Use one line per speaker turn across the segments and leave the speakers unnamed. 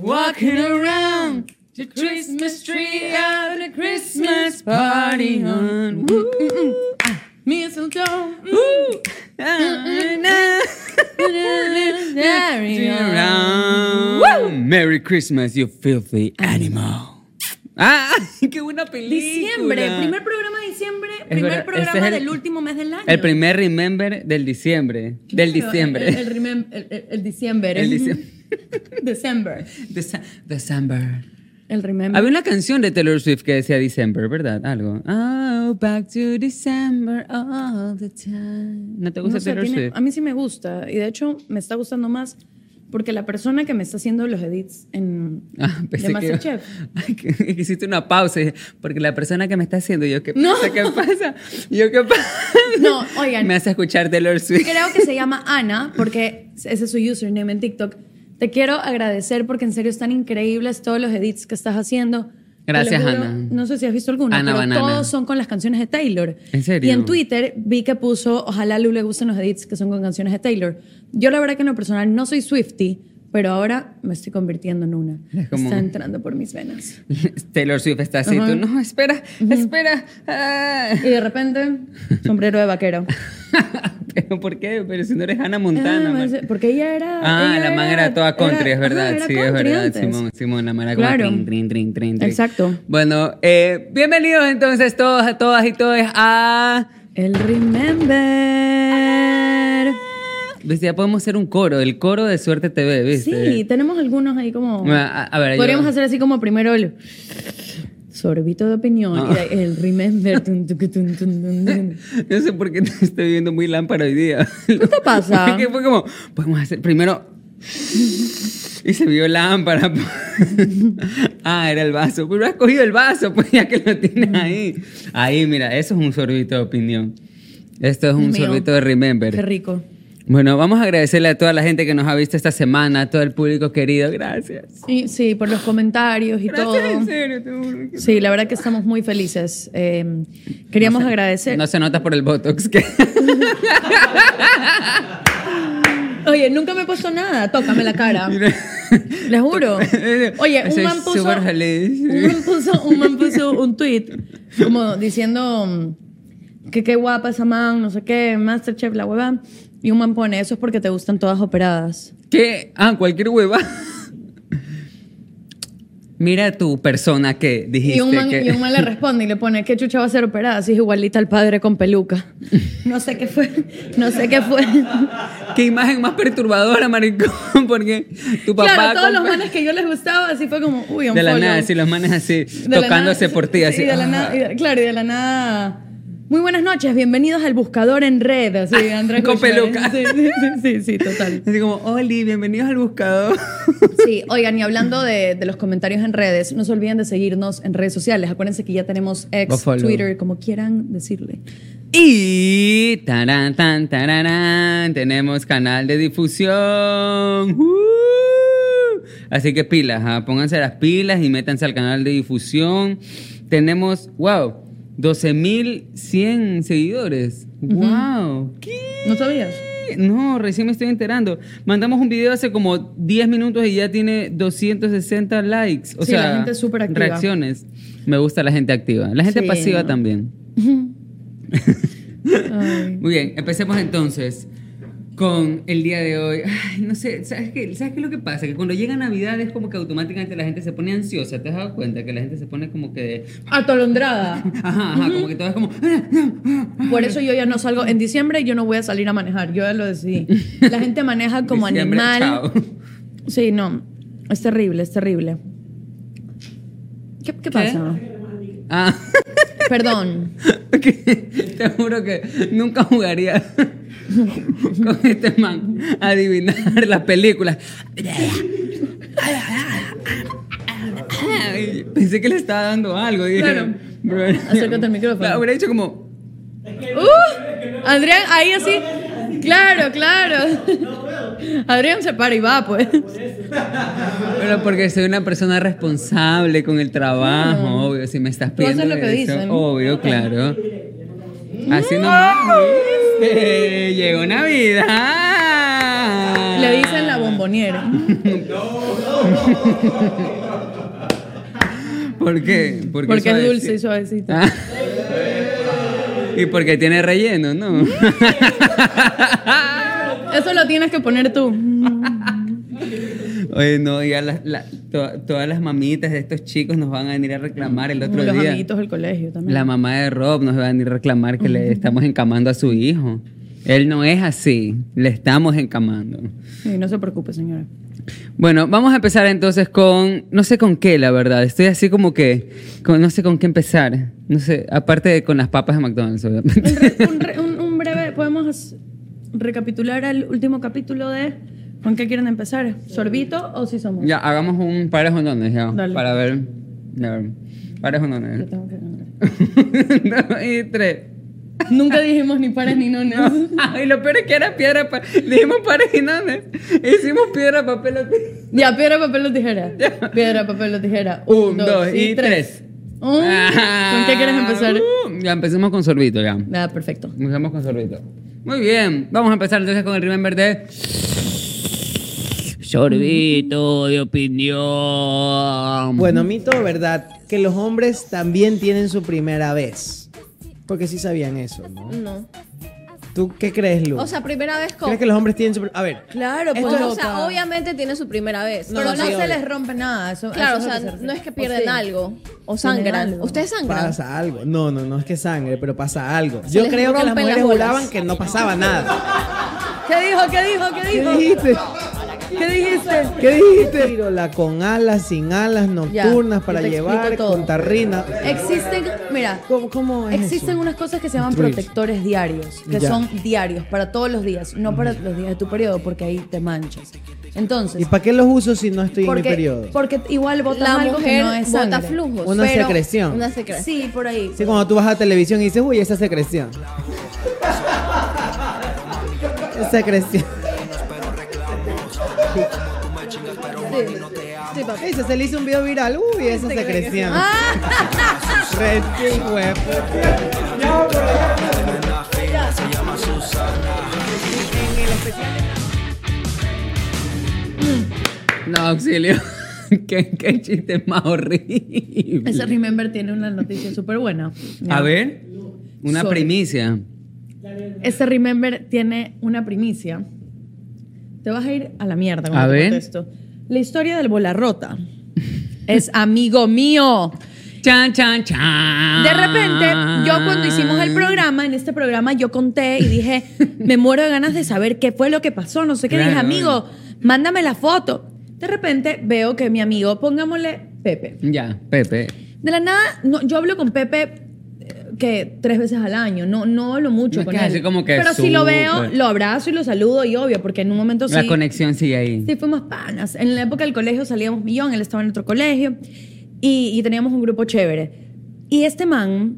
Walking around the Christmas tree at a Christmas party on Woo, mm, mm, ah, mistletoe. Woo, ah, na, na, carry on.
Woo. Merry Christmas, you filthy animal. ¡Ah! ¡Qué buena película!
Diciembre, primer programa de diciembre, primer
verdad,
programa
este es el-
del último mes del año.
El primer remember del diciembre. Del
Claro,
diciembre.
El, el, remem- el- el- el diciembre.
El diciembre.
December.
Dece- December.
El remember.
Había una canción de Taylor Swift que decía December, ¿verdad? Algo. Oh, back to December all the time. ¿No te gusta
No sé,
Taylor
tiene-
Swift?
a mí sí me gusta. Y de hecho, me está gustando más porque la persona que me está haciendo los edits en
Ah,
de
pensé que,
Masterchef.
Ay, que- que hiciste una pausa y dije, porque la persona que me está haciendo yo qué
No.
pasa, qué pasa, yo qué pasa.
No, oigan.
me hace escuchar Taylor Swift.
Creo que se llama Ana, porque ese es su username en TikTok. Te quiero agradecer porque en serio están increíbles todos los edits que estás haciendo. Te lo
Gracias,
juro,
Ana.
No sé si has visto alguno,
Ana
pero
Banana.
todos son con las canciones de Taylor.
¿En serio?
Y en Twitter vi que puso, ojalá a Lu le gusten los edits que son con canciones de Taylor. Yo la verdad que en lo personal no soy Swifty, pero ahora me estoy convirtiendo en una.
Es como-
Está entrando por mis venas.
Taylor Swift está así,
Ajá.
tú, no, espera, espera. ah".
Y de repente, sombrero de vaquero.
Pero ¿por qué? Pero si no eres Hannah
Ah,
Montana. man.
porque ella era.
Ah,
ella
la man era toda country,
era-
es verdad.
ajá, era
sí, es
country
verdad.
antes.
Simón, Simón, la man era como
Claro.
trin, trin, trin, trin, trin.
Exacto.
Bueno, eh, bienvenidos entonces todos, a todas y todos a...
El Remember.
¿Viste? Pues Ya podemos hacer un coro, el coro de Suerte TV, ¿viste?
Sí, tenemos algunos ahí como.
Bueno, Ah, A, a ver, yo-
Podríamos hacer así como primero el. Sorbito de opinión.
Ah.
y de ahí el Remember. Tun, tucu, tun, tun, tun, tun.
No sé por qué te estoy viendo muy lámpara hoy día.
¿Qué te pasa?
Porque fue como, podemos hacer primero. Y se vio lámpara. pues. ah, era el vaso. Pero has cogido el vaso, pues ya que lo tienes ahí. Ahí, mira, eso es un sorbito de opinión. Esto es un
Dios mío.
sorbito de remember.
Qué rico.
Bueno, vamos a agradecerle a toda la gente que nos ha visto esta semana, a todo el público querido. Gracias.
Sí, sí, por los comentarios y
Gracias, en
todo.
serio. te juro que-
Sí, la verdad que estamos muy felices. Eh, queríamos agradecer.
No se nota por el botox que.
Oye, nunca me he puesto nada. Tócame la cara. Les juro. Oye, un
Soy
man puso.
súper feliz.
Un man puso, un man puso un tweet como diciendo mm, que qué guapa esa man, no sé qué, Masterchef, la hueva. Y un man pone, eso es porque te gustan todas operadas.
¿Qué? Ah, cualquier hueva. Mira tu persona que dijiste
Y un, man,
que...
y un man le responde y le pone, ¿qué chucha va a ser operada? Si es igualita al padre con peluca. No sé qué fue, no sé qué fue.
Qué imagen más perturbadora, maricón, porque tu papá...
claro, todos los
con-
manes que yo les gustaba, así fue como, uy, un
De la
follow.
nada, si los manes así,
De la
tocándose
nada-
por ti,
sí,
así...
y de la
ah.
nada- y de- claro, y de la nada. Muy buenas noches, bienvenidos al Buscador en Red. Así, Andrés
Con
Guzmán.
peluca.
Sí, sí, sí, sí, sí, total.
Así como, Oli, bienvenidos al buscador.
Sí, oigan, y hablando de, de los comentarios en redes, no se olviden de seguirnos en redes sociales. Acuérdense que ya tenemos
Go
ex,
follow.
Twitter, como quieran decirle.
Y tarán, tan, tararán, tenemos canal de difusión. ¡Uh! Así que pilas, ¿ah? pónganse las pilas y métanse al canal de difusión. Tenemos, wow, 12.100 seguidores. ¡Wow! ¿Qué?
¿No sabías?
No, recién me estoy enterando. Mandamos un video hace como 10 minutos y ya tiene 260 likes. O
Sí, la
sea,
gente es súper activa.
reacciones. Me gusta la gente activa. La gente
Sí,
pasiva
¿no?
también.
Ay.
Muy bien, empecemos entonces con el día de hoy. Ay, no sé, ¿sabes qué? ¿sabes qué es lo que pasa? Que cuando llega Navidad es como que automáticamente la gente se pone ansiosa. ¿Te has dado cuenta? Que la gente se pone como que... de-
Atolondrada.
Ajá, ajá, como que todo es como...
Por eso yo ya no salgo. En diciembre yo no voy a salir a manejar. Yo ya lo decidí. La gente maneja como
Diciembre,
animal.
chao.
Sí, no. Es terrible, es terrible. ¿Qué, qué pasa?
Ah,
Perdón.
que te juro que nunca jugaría con este man a adivinar las películas. Ay, Pensé que le estaba dando algo. dije,
Claro.
bro,
Acércate al micrófono.
Habría dicho como...
¡Uh! Adrián, ahí así. Claro, claro. Adrián se para y va, pues.
Pero porque soy una persona responsable con el trabajo, obvio. Si me estás
Mm. Tú haces
pidiendo
lo que
eso,
dicen. Mm.
obvio, claro. Así nomás. ¿viste? Llegó Navidad.
Le dicen la bomboniera.
¿Por qué?
Porque es
suavecito.
dulce y suavecito.
Ah. Y porque tiene relleno, ¿no? Ah.
Eso lo tienes que poner tú.
Oye, no, ya las- la- to- todas las mamitas de estos chicos nos van a venir a reclamar el otro
Los
día.
amiguitos del colegio también.
La mamá de Rob nos va a venir a reclamar que le estamos encamando a su hijo. Él no es así, le estamos encamando.
Sí, no se preocupe, señora.
Bueno, vamos a empezar entonces con, no sé con qué, la verdad. Estoy así como que, con- no sé con qué empezar. No sé, aparte de con las papas de McDonald's, obviamente.
Un, re- un re- un- un breve, podemos recapitular el último capítulo de ¿con qué quieren empezar? ¿Sorbito o si somos?
Ya, hagamos un pares hondones, ya.
Dale.
Para ver. A ver. Pares
Yo
hondones.
tengo que ganar.
Dos y tres.
Nunca dijimos ni pares ni nones.
Ay, lo peor es que era piedra, pa- dijimos pares y nones. Hicimos piedra, papel o ti-
Ya, piedra, papel o tijera. Piedra, papel o tijera.
Un, dos y tres. Ah.
Un. Oh. ¿Con qué quieres empezar?
Uh, ya empecemos con sorbito, ya.
Nada, perfecto.
Empecemos con sorbito. Muy bien, vamos a empezar entonces con el remember de... Sorbito de opinión.
Bueno, mito o verdad, que los hombres también tienen su primera vez. Porque sí sabían eso, ¿no?
No.
¿Tú qué crees, Lu?
O sea, primera vez con.
¿Crees que los hombres tienen su pri- A ver,
Claro,
Esto
o,
es-
o sea, obviamente tiene su primera vez.
No,
pero
Pero
sí,
no
obvio.
se les rompe nada. Eso,
claro, o
eso es
sea,
a lo que se
no es que
refiere.
pierden
¿O sí?
algo. O sangran.
algo.
Ustedes sangran.
pasa algo. No, no, no es que sangre, pero pasa algo. Yo
les
creo que las
rompen
mujeres
las bolas.
juraban que no pasaba nada.
¿Qué dijo? ¿Qué dijo? ¿Qué
¿Qué
dijo?
dijiste?
¿Qué dijiste?
¿Qué dijiste? Pirola con alas, sin alas, nocturnas,
yo
para
te explico
llevar,
todo.
con tarrina.
Existen, mira,
¿Cómo, cómo es
existen
eso?
unas cosas que se llaman
Drills.
protectores diarios, que
Ya.
son diarios para todos los días, no para los días de tu periodo, porque ahí te manchas. Entonces,
¿Y para qué los uso si no estoy en mi
porque,
periodo?
porque igual botas
La
algo
mujer
que no es
bota
sangre.
flujos.
Una
pero-
secreción.
Una secreción.
Sí, por ahí.
Sí, cuando tú vas a televisión y dices, uy, esa secreción. Esa secreción.
Sí, papá.
Esa se le hizo un video viral. Uy, esa secreción. Recién, güey.
No, auxilio. ¿Qué, qué chiste más horrible.
Ese Remember tiene una noticia súper buena.
A ver, una
Sorry.
primicia.
Ese Remember tiene una primicia. Te vas a ir a la mierda cuando
A
te
ver.
cuente esto. La historia del bolarrota es amigo mío.
Chan, chan, chan.
De repente, yo
Ah.
cuando hicimos el programa, en este programa yo conté y dije, me muero de ganas de saber qué fue lo que pasó, no sé qué.
Claro,
dije, amigo, mándame la foto. De repente veo que mi amigo, pongámosle Pepe.
Ya, Pepe.
De la nada, no, yo hablo con Pepe eh, que tres veces al año, no, no hablo mucho
No es
con
que
él.
así como que
Pero si lo veo,
súper.
lo abrazo y lo saludo y obvio, porque en un momento
La
sí,
conexión sigue ahí.
Sí, fuimos panas. En la época del colegio salíamos millón, él estaba en otro colegio y, y teníamos un grupo chévere. Y este man,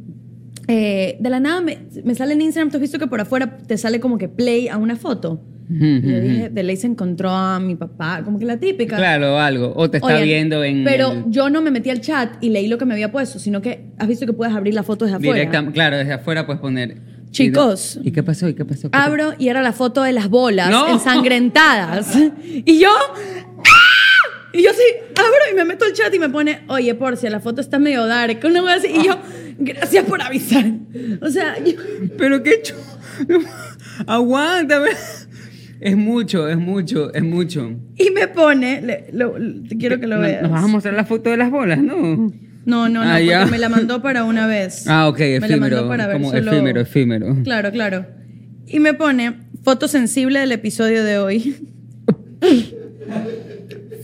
eh, de la nada me, me sale en Instagram, tú has visto que por afuera te sale como que play a una foto.
Ujú,
Y yo
ujú.
dije, de ley se encontró a mi papá, como que la típica.
Claro, algo. O te está
Oigan,
viendo en.
Pero
el-
yo no me metí al chat y leí lo que me había puesto, sino que has visto que puedes abrir la foto desde afuera.
directa- claro, desde afuera puedes poner.
Chicos.
¿Y qué pasó? ¿Y qué pasó? ¿Qué pasó?
Abro y era la foto de las bolas
¡No!
ensangrentadas. Y yo. ¡ah! Y yo sí, abro y me meto al chat y me pone, oye, Porcia, la foto está medio dark. Una cosa así. Y yo, gracias por avisar. O sea, yo-
Pero qué chu... Aguanta, ve. Es mucho, es mucho, es mucho.
y me pone, le- lo- lo- te quiero que lo
No-
veas. Mm.
Nos vas a mostrar la foto de las bolas, ¿no?
No, no, no,
Ah, ya.
porque me la mandó para una vez.
Ah, ok,
Me la mandó
efímero,
para ver
como
solo-
efímero, efímero.
Claro, claro. Y me pone, foto sensible del episodio de hoy.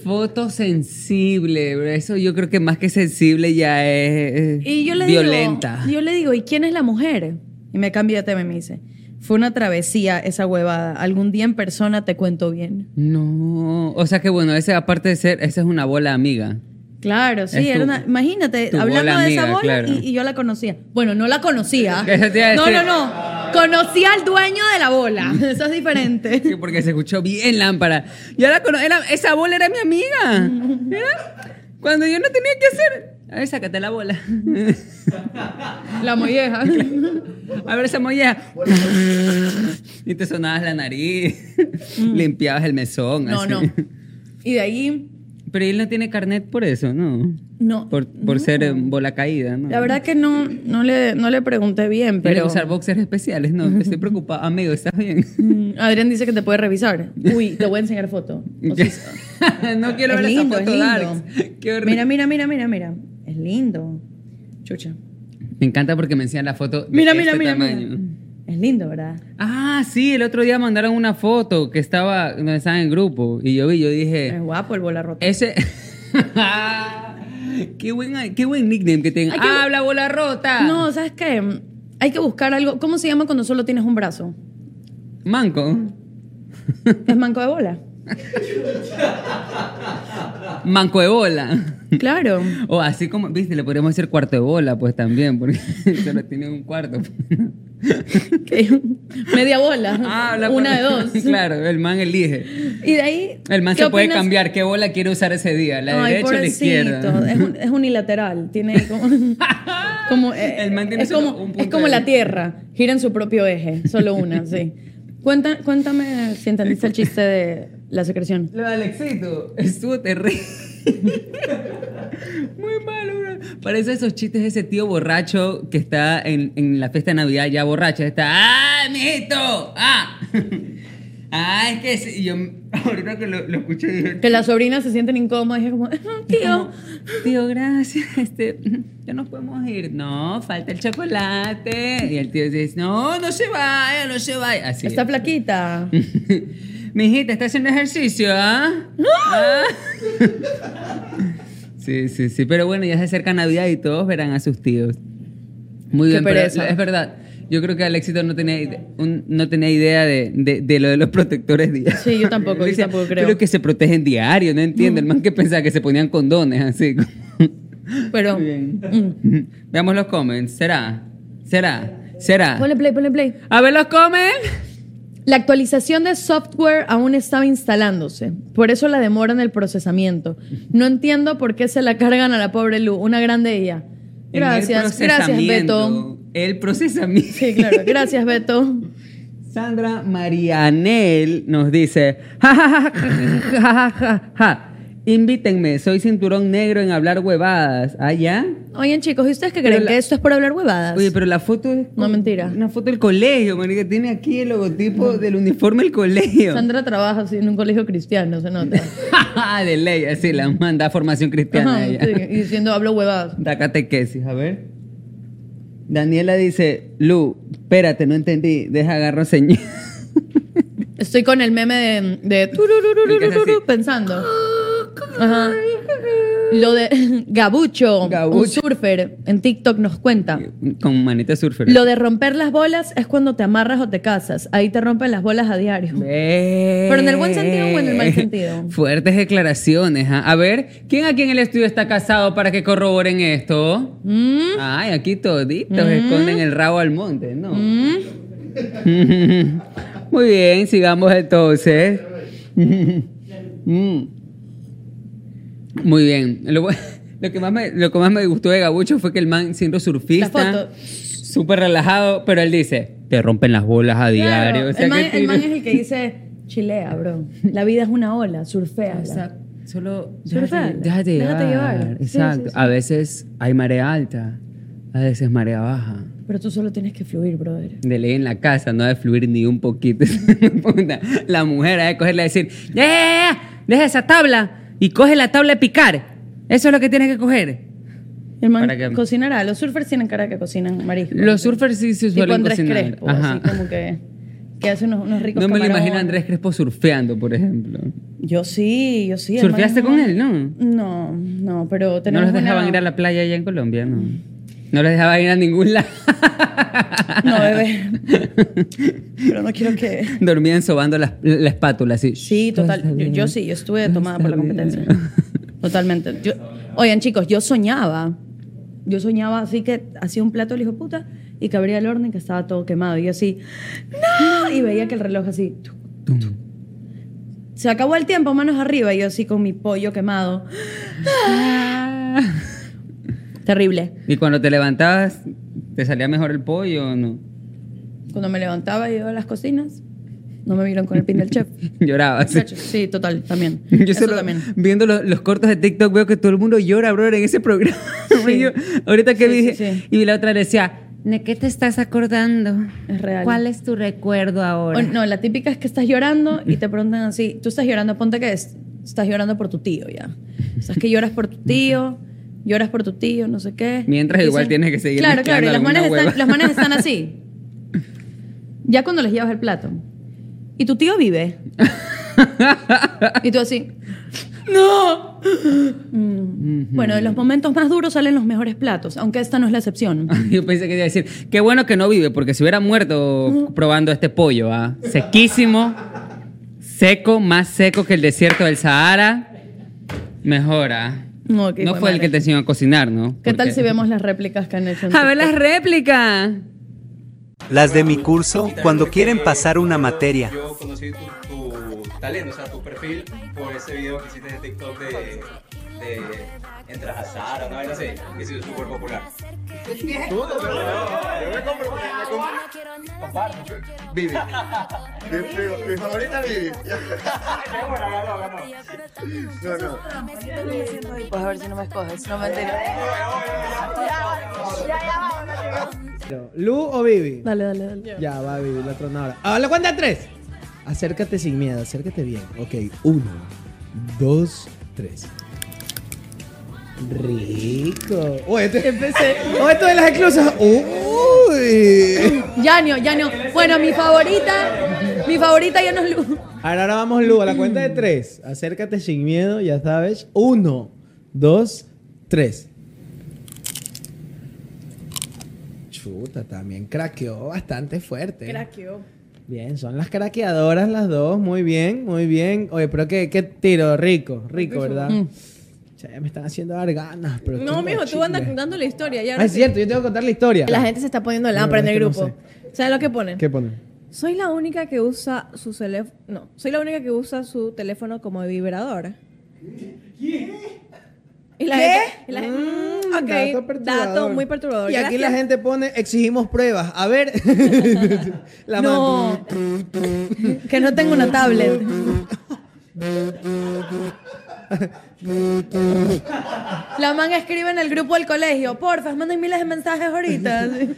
Foto sensible, bro. Eso yo creo que más que sensible ya es
Y yo le
violenta.
digo, yo le digo, ¿y quién es la mujer? Y me cambia de tema y me dice, fue una travesía esa huevada. Algún día en persona te cuento bien.
No, o sea que bueno, ese aparte de ser, esa es una bola amiga.
Claro, sí,
Es
era
tu-
una- imagínate,
tu
hablando
bola
de esa
amiga,
bola
claro.
y, y yo la conocía. Bueno, no la conocía.
Eso te iba a
no,
decir.
no, no. Conocí al dueño de la bola. Eso es diferente.
Sí, porque se escuchó bien lámpara. Yo la cono- era- esa bola era mi amiga. Era cuando yo no tenía que hacer. A ver, sácate la bola.
La molleja.
A ver esa molleja. Y te sonabas la nariz. Limpiabas el mesón.
Mm. No,
así.
no. Y de ahí,
Pero él no tiene carnet por eso, ¿no?
no.
Por, por ser eh, bola caída, ¿no?
La verdad que no, no, le, no le pregunté bien,
Pero
pero...
usar boxers especiales, no, estoy preocupada. Amigo, ¿estás bien?
Mm, Adrián dice que te puede revisar. Uy, te voy a enseñar foto. O sea,
no quiero
es
ver
lindo,
esa
es
foto
lindo.
darks. Qué horrible.
Mira, mira, mira, mira, mira. Es lindo. Chucha.
Me encanta porque me enseñan la foto de
Mira,
este
mira, mira,
tamaño.
mira. Es lindo, ¿verdad?
Ah, sí, el otro día mandaron una foto que estaba, no estaba en grupo. Y yo vi, yo
Es
dije,
guapo el bola rota.
ese. qué, buen, qué buen nickname que tenga.
Ay, qué bu-
¡Habla, bola rota!
No, ¿sabes qué? Hay que buscar algo. ¿Cómo se llama cuando solo tienes un brazo?
Manco.
Es manco de bola.
Manco de bola.
Claro.
O así como, viste, le podríamos decir cuarto de bola, pues también, porque solo tiene un cuarto.
Que- Media bola.
Habla,
Una
pues.
de dos.
claro, el man elige.
Y de ahí.
El man
¿qué
se puede
opinas?
cambiar qué bola quiere usar ese día, la
Ay,
derecha o la
pobrecito.
izquierda.
Es, un- es unilateral. Tiene como. como, eh,
El man tiene
es
solo
como,
un
es
punto
como
de-
la tierra. Gira en su propio eje. Solo una, sí. Cuenta- cuéntame si entendiste el chiste de la secreción.
Lo de Alexito estuvo terrible. Muy malo, bro. Parece esos chistes de ese tío borracho que está en, en la fiesta de Navidad ya borracha. Está, ¡ah, mijito! ¡Ah! ¡Ah, es que sí". Y yo ahorita que lo, lo escuché dije,
Que las sobrinas se sienten incómodas. Y es como, "Ah, tío.
Tío, gracias. Este, ya nos podemos ir. No, falta el chocolate. Y el tío dice, no, no se vaya, no se vaya. Así.
Está flaquita.
Mijita, ¿está haciendo ejercicio, ah? ¿Ah? sí, sí, sí. Pero bueno, ya se acerca Navidad y todos verán a sus tíos. Muy
Qué
bien, pero
pereza.
es verdad. Yo creo que Alexito no tenía, ide- un- no tenía idea de, de- de lo de los protectores diarios.
Sí, yo tampoco, yo tampoco creo. Mm.
Creo que se protegen diario, no entiendo. El man que pensaba que se ponían condones así.
Pero. Mm.
Veamos los comments. ¿Será? ¿Será? ¿Será?
Ponle play, ponle play.
A ver los comments.
La actualización de software aún estaba instalándose, por eso la demora en el procesamiento. No entiendo por qué se la cargan a la pobre Lu, una grande ella.
En el
Gracias, gracias Beto.
procesamiento. El procesamiento.
Sí, claro, gracias Beto.
Sandra Marianel nos dice, "Ja, ja, ja, ja, ja, ja, ja. invítenme, soy cinturón negro en hablar huevadas. ¿Ah, ya?
Oigan chicos, ¿y ustedes qué creen?
la-
¿Que esto es por hablar huevadas?
Oye, pero la foto es...
No, mentira.
Una foto del colegio, marica. Tiene aquí el logotipo del uniforme del colegio.
Sandra trabaja así en un colegio cristiano, se nota.
de ley, así la manda a formación cristiana
Ajá,
ella.
sí, y diciendo hablo huevadas.
Da catequesis, a ver. Daniela dice, Lu, espérate, no entendí, deja agarro señal.
Estoy con el meme de, de
El que es así.
pensando. Ajá. Lo de Gabucho, un
Gabucho.
surfer en TikTok nos cuenta.
Con manita surfer.
Lo de romper las bolas es cuando te amarras o te casas. Ahí te rompen las bolas a diario.
Pero
en el buen sentido o en el mal sentido.
Fuertes declaraciones. ¿ah? A ver, ¿quién aquí en el estudio está casado para que corroboren esto?
Mm,
Ay, aquí toditos esconden el rabo al monte, ¿no?
¿Mm?
Muy bien, sigamos entonces. Mm. Muy bien. Lo, bu- lo que más me, lo que más me gustó de Gabucho fue que el man siendo
La
surfista,
foto.
súper relajado, pero él dice, te rompen las bolas a
Claro,
diario. O sea,
el, man,
que
el man
tiene-
es el que dice, chilea, bro. La vida es una ola, surfea.
Exacto. Solo
Surfeala,
déjate, déjate
déjate
llevar.
llevar. Sí,
Exacto.
sí, sí.
A veces hay marea alta, a veces marea baja.
Pero tú solo tienes que fluir, brother.
De ley en la casa no debe fluir ni un poquito. Puta, la mujer debe cogerla y decir, "Ya, ya, ya, deja esa tabla y coge la tabla de picar. Eso es lo que tienes que coger.
El man
Para que-
cocinará. Los surfers tienen cara que cocinan mariscos.
Los surfers sí se
Tipo
suelen
Andrés
cocinar.
Crespo,
Ajá.
así como que, que hace unos, unos ricos
No me lo
camarones.
imagino a Andrés Crespo surfeando, por ejemplo.
Yo sí, yo sí. el man
¿Surfeaste
es
con
un-
él, no?
No, no, pero
No
tenemos
los
una-
dejaban ir a la playa allá en Colombia, no. No los dejaban ir a ningún lado.
No, bebé. pero no quiero que...
Dormían sobando la, la espátula, así.
Sí, total.
Todo está
Yo,
bien.
yo sí, yo estuve tomada por la
bien.
competencia. Totalmente. Yo- oigan, chicos, yo soñaba. Yo soñaba así que hacía un plato el hijo de puta y que abría el horno y que estaba todo quemado. Y yo así, ¡no! Y veía que el reloj así, tuc,
Tum.
se acabó el tiempo, manos arriba. Y yo así con mi pollo quemado. Terrible.
Y cuando te levantabas, ¿te salía mejor el pollo o no?
Cuando me levantaba y iba a las cocinas, no me vieron con el pin del chef.
Llorabas.
Sí, total, también.
Ah, Yo
Eso
solo
también.
viendo lo- los cortos de TikTok veo que todo el mundo llora, brother, en ese programa.
Sí.
Yo, ahorita que
Sí,
vi,
sí, sí.
y la otra le decía, ¿de qué te estás acordando?
Es real.
¿Cuál es tu recuerdo ahora?
O- no, la típica es que estás llorando y te preguntan así, tú estás llorando, ponte que es- estás llorando por tu tío ya. O sea, es que lloras por tu tío, lloras por tu tío, no sé qué.
Mientras igual tienes que seguir
Claro,
mezclando
claro, y las
alguna
manos, están,
hueva.
las manos están así. Ya cuando les llevas el plato. Y tu tío vive. y tú así. ¡No! Mm. Bueno, de los momentos más duros salen los mejores platos, aunque esta no es la excepción.
Yo pensé que iba a decir, qué bueno que no vive, porque si hubiera muerto probando este pollo, ¿ah? Sequísimo, seco, más seco que el desierto del Sahara. Mejora.
No, qué
no
hijo de
fue el
madre.
que te enseñó a cocinar, ¿no?
¿Qué tal
Porque-
si vemos las réplicas que han hecho? en
A ver
TikTok?
las réplicas.
Las de mi curso, cuando quieren pasar una materia,
Yo conocí tu, tu talento, o sea, tu perfil por ese video que hiciste de TikTok de, de entras a Sara, una vaina así, que se hizo súper popular.
Vivi. Mi, mi- mi favorita Vivi. No, no.
Pues a ver si no me escoges, no mentira.
¿Lu o Vivi?
Dale, dale, dale.
Ya va Vivi, la tronadora. A Ah, la cuenta de tres. Acércate sin miedo, acércate bien. Ok, uno, dos, tres. Rico. Uy, este-
Empecé.
Oh, esto de las exclusas. Uy.
Ya no, ya no. Bueno, mi favorita, mi favorita ya no es Lu.
Ahora, ahora vamos, Lu, a la cuenta de tres. Acércate sin miedo, ya sabes. Uno, dos, tres. Chuta, también craqueó bastante fuerte. Bien, son las craqueadoras las dos. Muy bien, muy bien. Oye, pero qué, qué tiro, rico, rico, ¿verdad?
Mm.
Che, me están haciendo dar ganas. Pero
No, mijo, tú andas contando la historia. Ya
Ah, es cierto, yo tengo que contar la historia.
La gente se está poniendo lámpara en
verdad
el
es que
grupo.
no
¿Sabes lo que ponen?
¿Qué ponen?
Soy la única que usa su teléfono. No, soy la única que usa su teléfono como vibrador. ¿Qué? ¿Y la Gente, y la gente-
Mm,
ok, dato, muy perturbador.
Y aquí la
Gracias.
gente pone, exigimos pruebas. A ver. la
No. Que no tengo una tablet. La man escribe en el grupo del colegio, porfa, manden miles de mensajes ahorita.
man-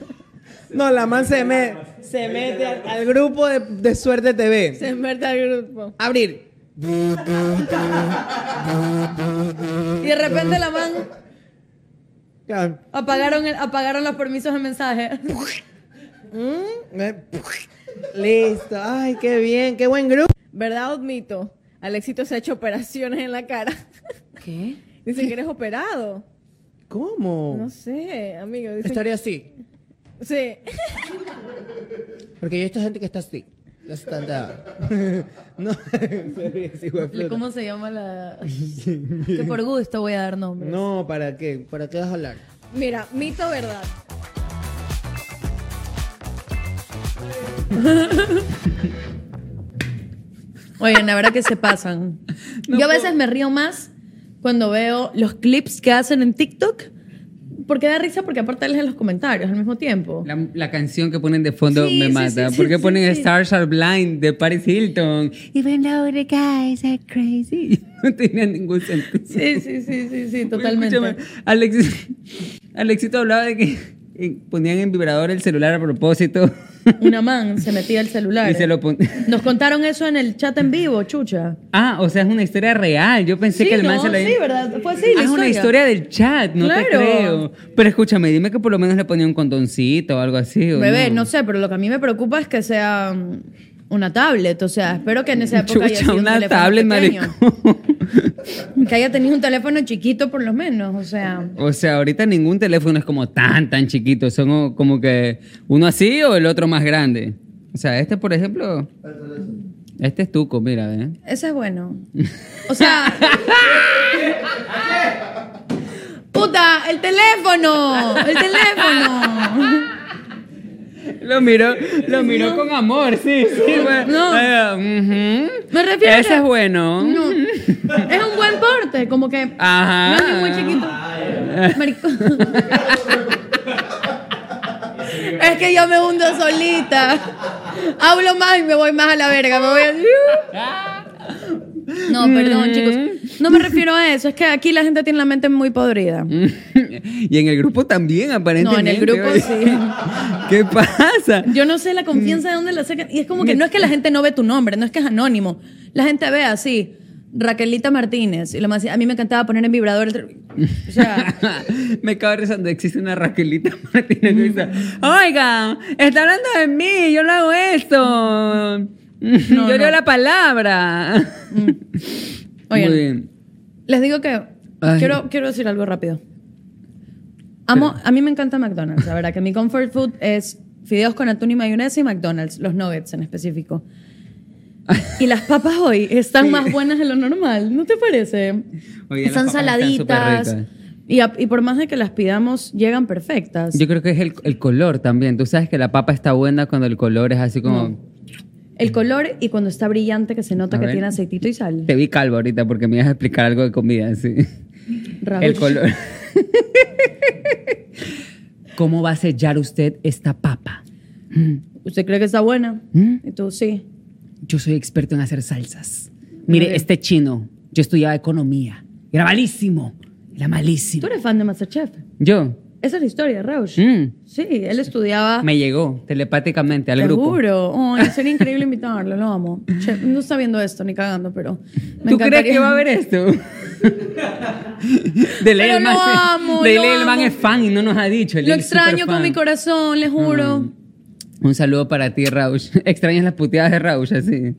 No, la man se, me- se mete al, al grupo de, de Suerte TV.
Se enverta el grupo.
Abrir.
Y de repente la man
Claro.
apagaron, el- apagaron los permisos de mensaje.
Eh, Listo. Ay, qué bien. Qué buen grupo.
¿Verdad o mito? Alexito se ha hecho operaciones en la cara.
¿Qué?
Dicen que eres operado.
¿Cómo?
No sé, amigo. dicen-
Estaría así.
Sí.
Porque yo esta gente que está así. Ya se están dando. no, se ríe, ese hijo de puta.
¿Cómo se llama la...? Que por gusto voy a dar nombres.
No, ¿para qué? ¿Para qué vas a hablar?
Mira, mito o verdad.
Oye, la verdad que se pasan. Yo a veces me río más cuando veo los clips que hacen en TikTok, porque da risa porque aparte lees los comentarios al mismo tiempo.
La, la canción que ponen de fondo
Sí,
me
sí,
mata.
sí,
¿Por
sí,
qué
sí,
ponen
sí.
Stars Are Blind de Paris Hilton? Even though the guys are crazy. No tenía ningún sentido.
Sí, sí, sí, sí, sí,
Oye,
totalmente.
escúchame, Alexis, Alexito hablaba de que eh, ponían en vibrador el celular a propósito.
Una man se metía el celular.
Y se lo pon-
Nos contaron eso en el chat en vivo, chucha.
Ah, o sea, es una historia real. Yo pensé
Sí,
que el man
no,
se la...
sí, ¿verdad? Fue así la
Ah, es una historia del chat, no te
Claro.
creo. Pero escúchame, dime que por lo menos le ponía un condoncito o algo así. ¿o
Bebé, no sé, pero lo que a mí me preocupa es que sea mm, una tablet, o sea, espero que en esa época haya
Chucha,
sido un
una
teléfono
tablet,
pequeño.
maricón.
Que haya tenido un teléfono chiquito por lo menos, o sea...
O sea, ahorita ningún teléfono es como tan, tan chiquito. Son o- como que uno así o el otro más grande. O sea, este, por ejemplo. Este es tuco, mira, ¿eh?
Ese es bueno. O sea. ¡Puta! ¡El teléfono! ¡El teléfono!
Lo miró, lo miró con amor, sí, sí. bueno.
No.
Ah, ujú.
Me refiero a
Ese
que-
es bueno.
No. Es un buen porte, como que.
Ajá.
No es muy chiquito. Marico. es que yo me hundo solita. Hablo más y me voy más a la verga. Me voy a- No, perdón, chicos. No me refiero a eso. Es que aquí la gente tiene la mente muy podrida.
Y en el grupo también, aparentemente.
grupo
oye.
sí.
¿Qué pasa?
Yo no sé la confianza de dónde la sacan. Y es como que no es que la gente no ve tu nombre, no es que es anónimo. La gente ve así. Raquelita Martínez. Y lo más, a mí me encantaba poner en vibrador. el- O sea,
Me acabo de rezando, existe una Raquelita Martínez que dice, oiga, está hablando de mí, yo no hago esto. yo
no. Mm.
leo la palabra.
Oigan.
Muy bien.
les digo que
Ay.
quiero, quiero decir algo rápido. Amo, a mí me encanta McDonald's, la verdad, que mi comfort food es fideos con atún y mayonesa y McDonald's, los nuggets en específico. Y las papas hoy están más buenas de lo normal, ¿no te parece?
Oye,
están
las papas están
saladitas.
súper ricas.
y, a- y por más de que las pidamos, llegan perfectas.
Yo creo que es el, el color también. Tú sabes que la papa está buena cuando el color es así como...
El color y cuando está brillante que se nota
A
que
ver.
tiene aceitito y sal.
Te vi calvo ahorita porque me ibas a explicar algo de comida, sí.
Raúl.
El color. ¿Cómo va a sellar usted esta papa?
¿Usted cree que está buena?
¿Mm?
Y tú sí.
Yo soy experto en hacer salsas. Mire, este chino, yo estudiaba economía. Era malísimo. Era
Tú
malísimo.
eres fan de Masterchef.
Yo.
Esa es la historia, Rausch.
mm,
Sí, él estudiaba.
me llegó telepáticamente al
te
grupo.
juro. Ay, sería increíble invitarlo, lo amo. Che, no está viendo esto ni cagando, pero. Me
¿Tú crees
encantaría.
que va a este? ver esto? de ley
Pero
el man
lo
se-
amo,
de
lo
ley el man
amo.
es fan y no nos ha dicho.
Lo extraño con mi corazón, les juro.
Mm. Un saludo para ti, Rausch. Extrañas las puteadas de Rausch, así.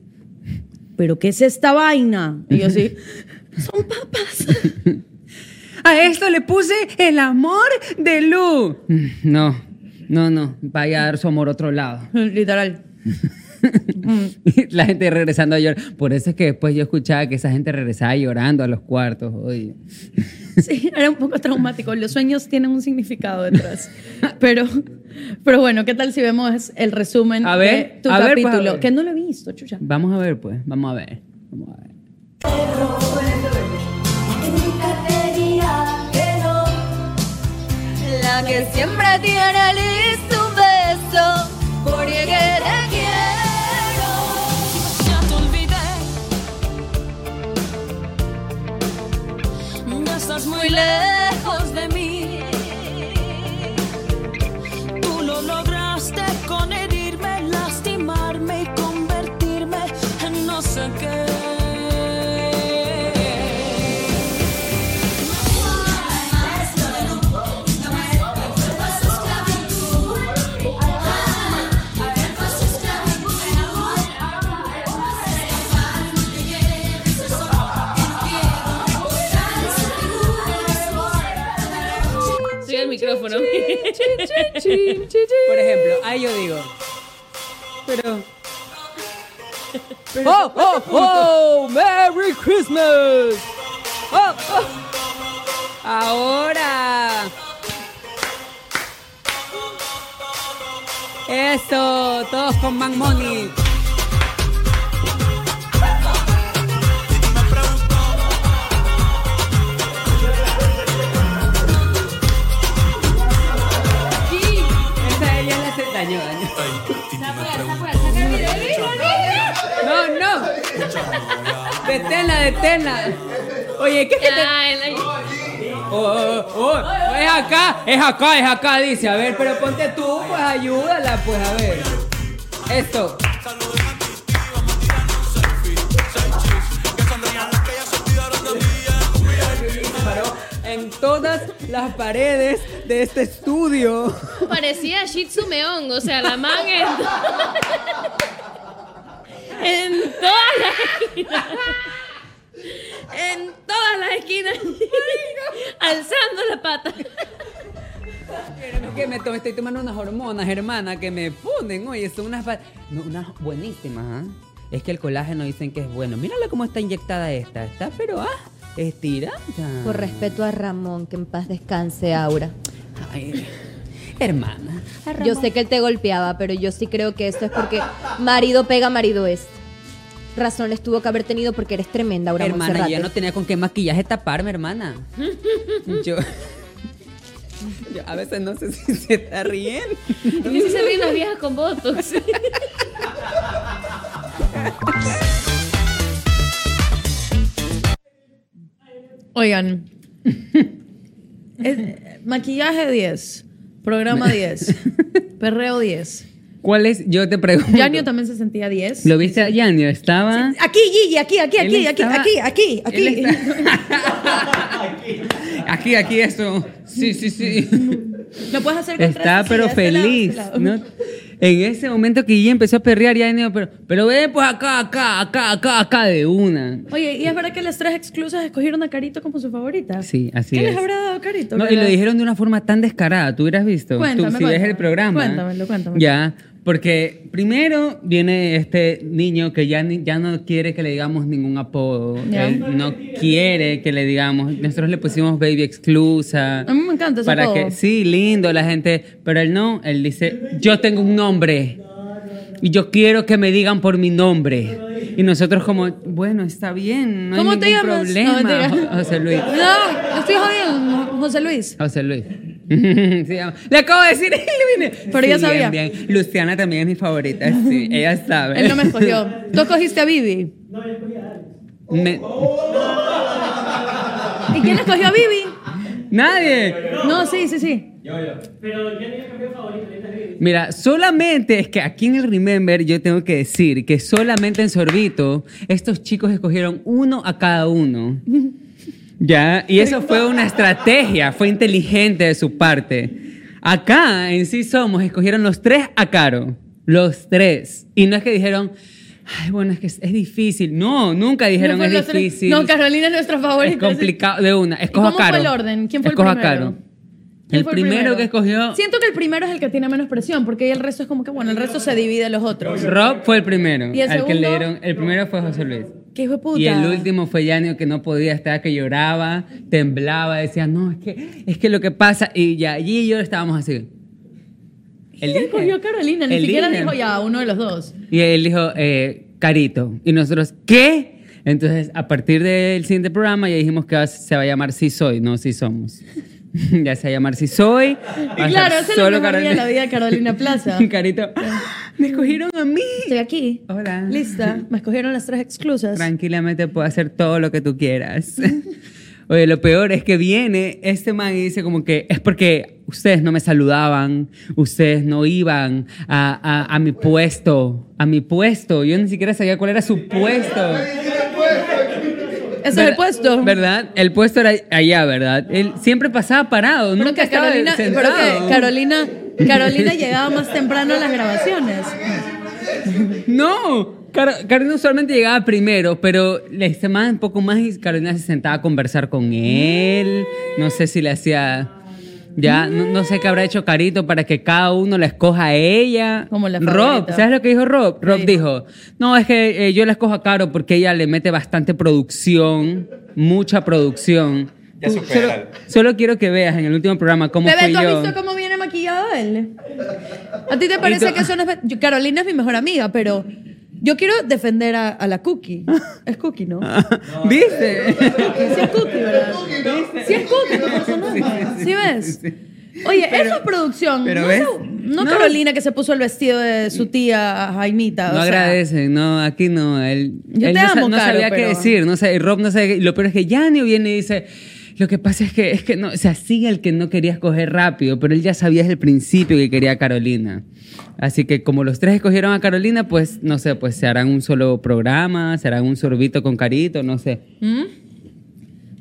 ¿Pero qué es esta vaina? Y yo sí. Son papas.
A esto le puse el amor de Lu. Mm, No, no, no. Vaya a dar su amor a otro lado.
Literal.
La gente regresando a llorar. Por eso es que después yo escuchaba que esa gente regresaba llorando a los cuartos. Oye.
Sí, era un poco traumático. Los sueños tienen un significado detrás. Pero, pero bueno, ¿qué tal si vemos el resumen
A ver,
de tu
a ver, pues, a
capítulo?
ver.
Que no lo he visto, chucha.
Vamos a ver, pues. Vamos a ver. Vamos a ver.
La que siempre tiene listo un beso, porque te quiero. Ya te olvidé. Ya estás muy lejos de mí. Tú lo lograste con herirme, lastimarme y convertirme en no sé qué.
el micrófono.
Por ejemplo, ahí yo digo. Pero. ¡Oh, oh, oh! ¡Merry Christmas! ¡Oh, oh! ¡Ahora! ¡Eso! ¡Todos con Man Money! Esa ella la se dañó. No, no. Deténla, deténla. Oye, ¿qué es que te.? Oh, oh, oh, oh, es acá, es acá, es acá, dice. A ver, pero ponte tú, pues ayúdala, pues a ver. Esto. Paró En todas las paredes de este estudio.
Parecía Shih Tzu Meong, o sea, la man en, en todas las esquinas. En todas las esquinas. Alzando la pata.
Es que me to- estoy tomando unas hormonas, hermana, que me ponen, oye, son unas, va- no, unas buenísimas, ¿ah? Es que el colágeno dicen que es bueno. Mírala cómo está inyectada esta, está pero, ah, estirada.
Por respeto a Ramón, que en paz descanse, Aura.
Ay,
hermana.
Yo sé que él te golpeaba, pero yo sí creo que esto es porque marido pega, marido es. Razones tuvo que haber tenido porque eres tremenda, Aura
hermana, yo
Monserrate.
ya no tenía con qué maquillaje taparme, hermana. Yo, yo a veces no sé si se está riendo.
A mí sí se ríen las viejas con pues. botox.
Oigan, es- maquillaje 10, programa 10, perreo 10.
¿Cuál es? Yo te pregunto.
Yanio también se sentía 10.
¿Lo viste a Yanio? Estaba.
Aquí, Gigi, aquí, aquí,
Él
aquí, aquí,
estaba-
aquí, aquí, aquí.
Aquí, aquí, eso. Sí, sí, sí.
Lo puedes hacer con
Está
tres,
pero
sí, de este lado, de
feliz.
este lado.
¿no? En ese momento que ella empezó a perrear, ya dijo, pero, pero ve pues acá, acá, acá, acá, acá de una.
Oye, ¿y es verdad que las tres exclusas escogieron a Carito como su favorita?
Sí, así
¿Qué
es.
les habrá dado Carito?
No,
Que
y lo
la-
dijeron de una forma tan descarada, tú hubieras visto.
Cuéntame,
tú, si ves
cuéntame.
el programa.
Cuéntamelo, cuéntamelo.
Ya, porque primero viene este niño que ya, ni- ya no quiere que le digamos ningún apodo.
Ya.
Él no quiere que le digamos. Nosotros le pusimos Baby Exclusa.
A mí me encanta ese
para
apodo.
que Sí, lindo la gente. Pero él no, él dice: Yo tengo un nombre. Y yo quiero que me digan por mi nombre. Y nosotros como, bueno, está bien, no
¿Cómo
hay
te
ningún
llamas?
problema,
No, mentira.
Jo- José Luis.
No, estoy jodiendo, José Luis.
José Luis. Se llama- Le acabo de decir, le vine.
Pero
Sí,
ya sabía.
bien, bien. Luciana también es mi favorita, sí, ella sabe.
Él no me escogió. Tú escogiste a Vivi.
Me-
¿Y quién escogió a Vivi?
Nadie.
No, sí, sí, sí.
Mira, solamente es que aquí en el Remember yo tengo que decir que solamente en Sorbito estos chicos escogieron uno a cada uno. Ya, y eso fue una estrategia, fue inteligente de su parte. Acá en sí somos, escogieron los tres a Caro, los tres. Y no es que dijeron, ay, bueno, es que es, es difícil. No, nunca dijeron
No fue
es
los tres-
difícil.
No, Carolina es nuestra
es
favorita.
complicado de una. Escoja
cómo fue
Caro.
el orden? ¿Quién fue el
Escoja
primero?
Caro.
¿Quién
El
fue
primero, que escogió
Siento que el primero es el que tiene menos presión, porque el resto es como que, bueno, el resto se divide a los otros.
Rob fue el primero.
¿Y el
al que
segundo?
le dieron, el primero fue José Luis.
¿Qué hijo de puta?
Y el último fue Yanio que no podía estar, que lloraba, temblaba, decía, no, es que, es que lo que pasa. Y ya allí y yo estábamos así. Él
¿Quién
dijo-
escogió a Carolina? Ni
El
siquiera
líder.
dijo ya uno de los dos.
y él dijo, eh, Carito. Y nosotros, ¿qué? Entonces, a partir del siguiente programa, ya dijimos que va- se va a llamar Si Soy, no Si Somos. ya se va a llamar Si Soy. va a
Y claro,
estar
ese es el mejor día
Carolina-
de la vida de Carolina Plaza.
Carito, "Ah, me escogieron a mí.
Estoy aquí.
Hola.
Lista. Me escogieron las tres exclusas.
Tranquilamente puedo hacer todo lo que tú quieras. Oye, lo peor es que viene este man y dice como que es porque ustedes no me saludaban, ustedes no iban a, a- a mi puesto, a mi puesto. Yo ni siquiera sabía cuál era su puesto.
Ese es el puesto.
¿Verdad? El puesto era allá, ¿verdad? Él siempre pasaba parado,
Pero
nunca
que
estaba
Carolina, pero
sentado.
que Carolina, Carolina llegaba más temprano a las grabaciones.
No, Car- Carolina usualmente llegaba primero, pero le semana un poco más y Carolina se sentaba a conversar con él. No sé si le hacía. Ya, no, no sé qué habrá hecho Carito para que cada uno la escoja a ella. Como la Rob,
favorita.
¿sabes lo que dijo Rob? Rob dijo, no, es que eh, yo la escojo a Caro porque ella le mete bastante producción, mucha producción.
Ya
Tú- solo,
supéralo.
solo quiero que veas en el último programa cómo
Bebé,
fui
¿tú has
yo.
visto cómo viene maquillado él? ¿A ti te parece que eso no es... ve- yo- Carolina es mi mejor amiga, pero yo quiero defender a, a la Cookie. Es Cookie, ¿no?
Ah, ¿Viste?
Sí es Cookie, ¿verdad? Sí es Cookie, no pasa nada. ¿Sí ves? Oye, eso es producción.
pero
no,
ves,
se- no Carolina que se puso el vestido de su tía Jaimita.
No
o sea,
agradecen, no, aquí no. Él,
Yo
él
te
no, sa-
amo,
no
Caro,
sabía
pero-
qué decir, no sabía, y Rob no sabía qué- y Lo peor es que Yanio viene y dice, lo que pasa es que, es que no, o sea, sigue el que no quería escoger rápido, pero él ya sabía desde el principio que quería a Carolina. Así que como los tres escogieron a Carolina, pues, no sé, pues se harán un solo programa, se harán un sorbito con Carito, no sé.
¿Mm?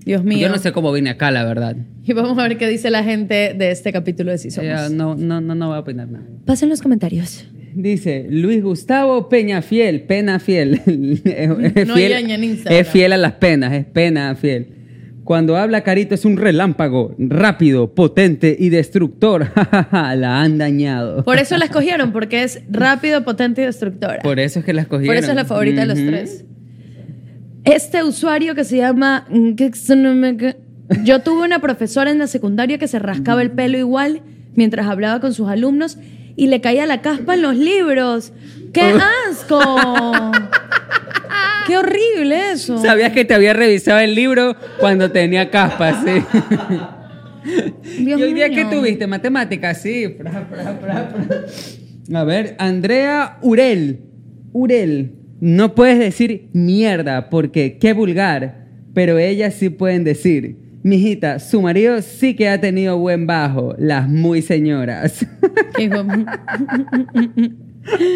Dios mío.
Yo no sé cómo vine acá, la verdad.
Y vamos a ver qué dice la gente de este capítulo de Si Somos.
Ya, no, no, no, no voy a opinar nada.
Pasen los comentarios.
Dice Luis Gustavo Peña Fiel, pena fiel. Es- es
No
fiel-
yaña en Instagram.
Es fiel a las penas, es pena fiel. Cuando habla Carito es un relámpago, rápido, potente y destructor. Ja, ja, ja, la han dañado.
Por eso la escogieron, porque es rápido, potente y destructora.
Por eso es que la escogieron.
Por eso es la favorita de los
Ujú.
tres. Este usuario que se llama... Yo tuve una profesora en la secundaria que se rascaba el pelo igual mientras hablaba con sus alumnos y le caía la caspa en los libros. ¡Qué
Oh.
asco! ¡Qué horrible eso!
Sabías que te había revisado el libro cuando tenía caspa, sí.
Dios
¿Y hoy día
mío.
qué tuviste? Matemáticas, sí. Pra, pra, pra, pra. A ver, Andrea Urel. Urel. No puedes decir mierda porque qué vulgar, pero ellas sí pueden decir. Mijita, su marido sí que ha tenido buen bajo, las muy señoras.
"Mm".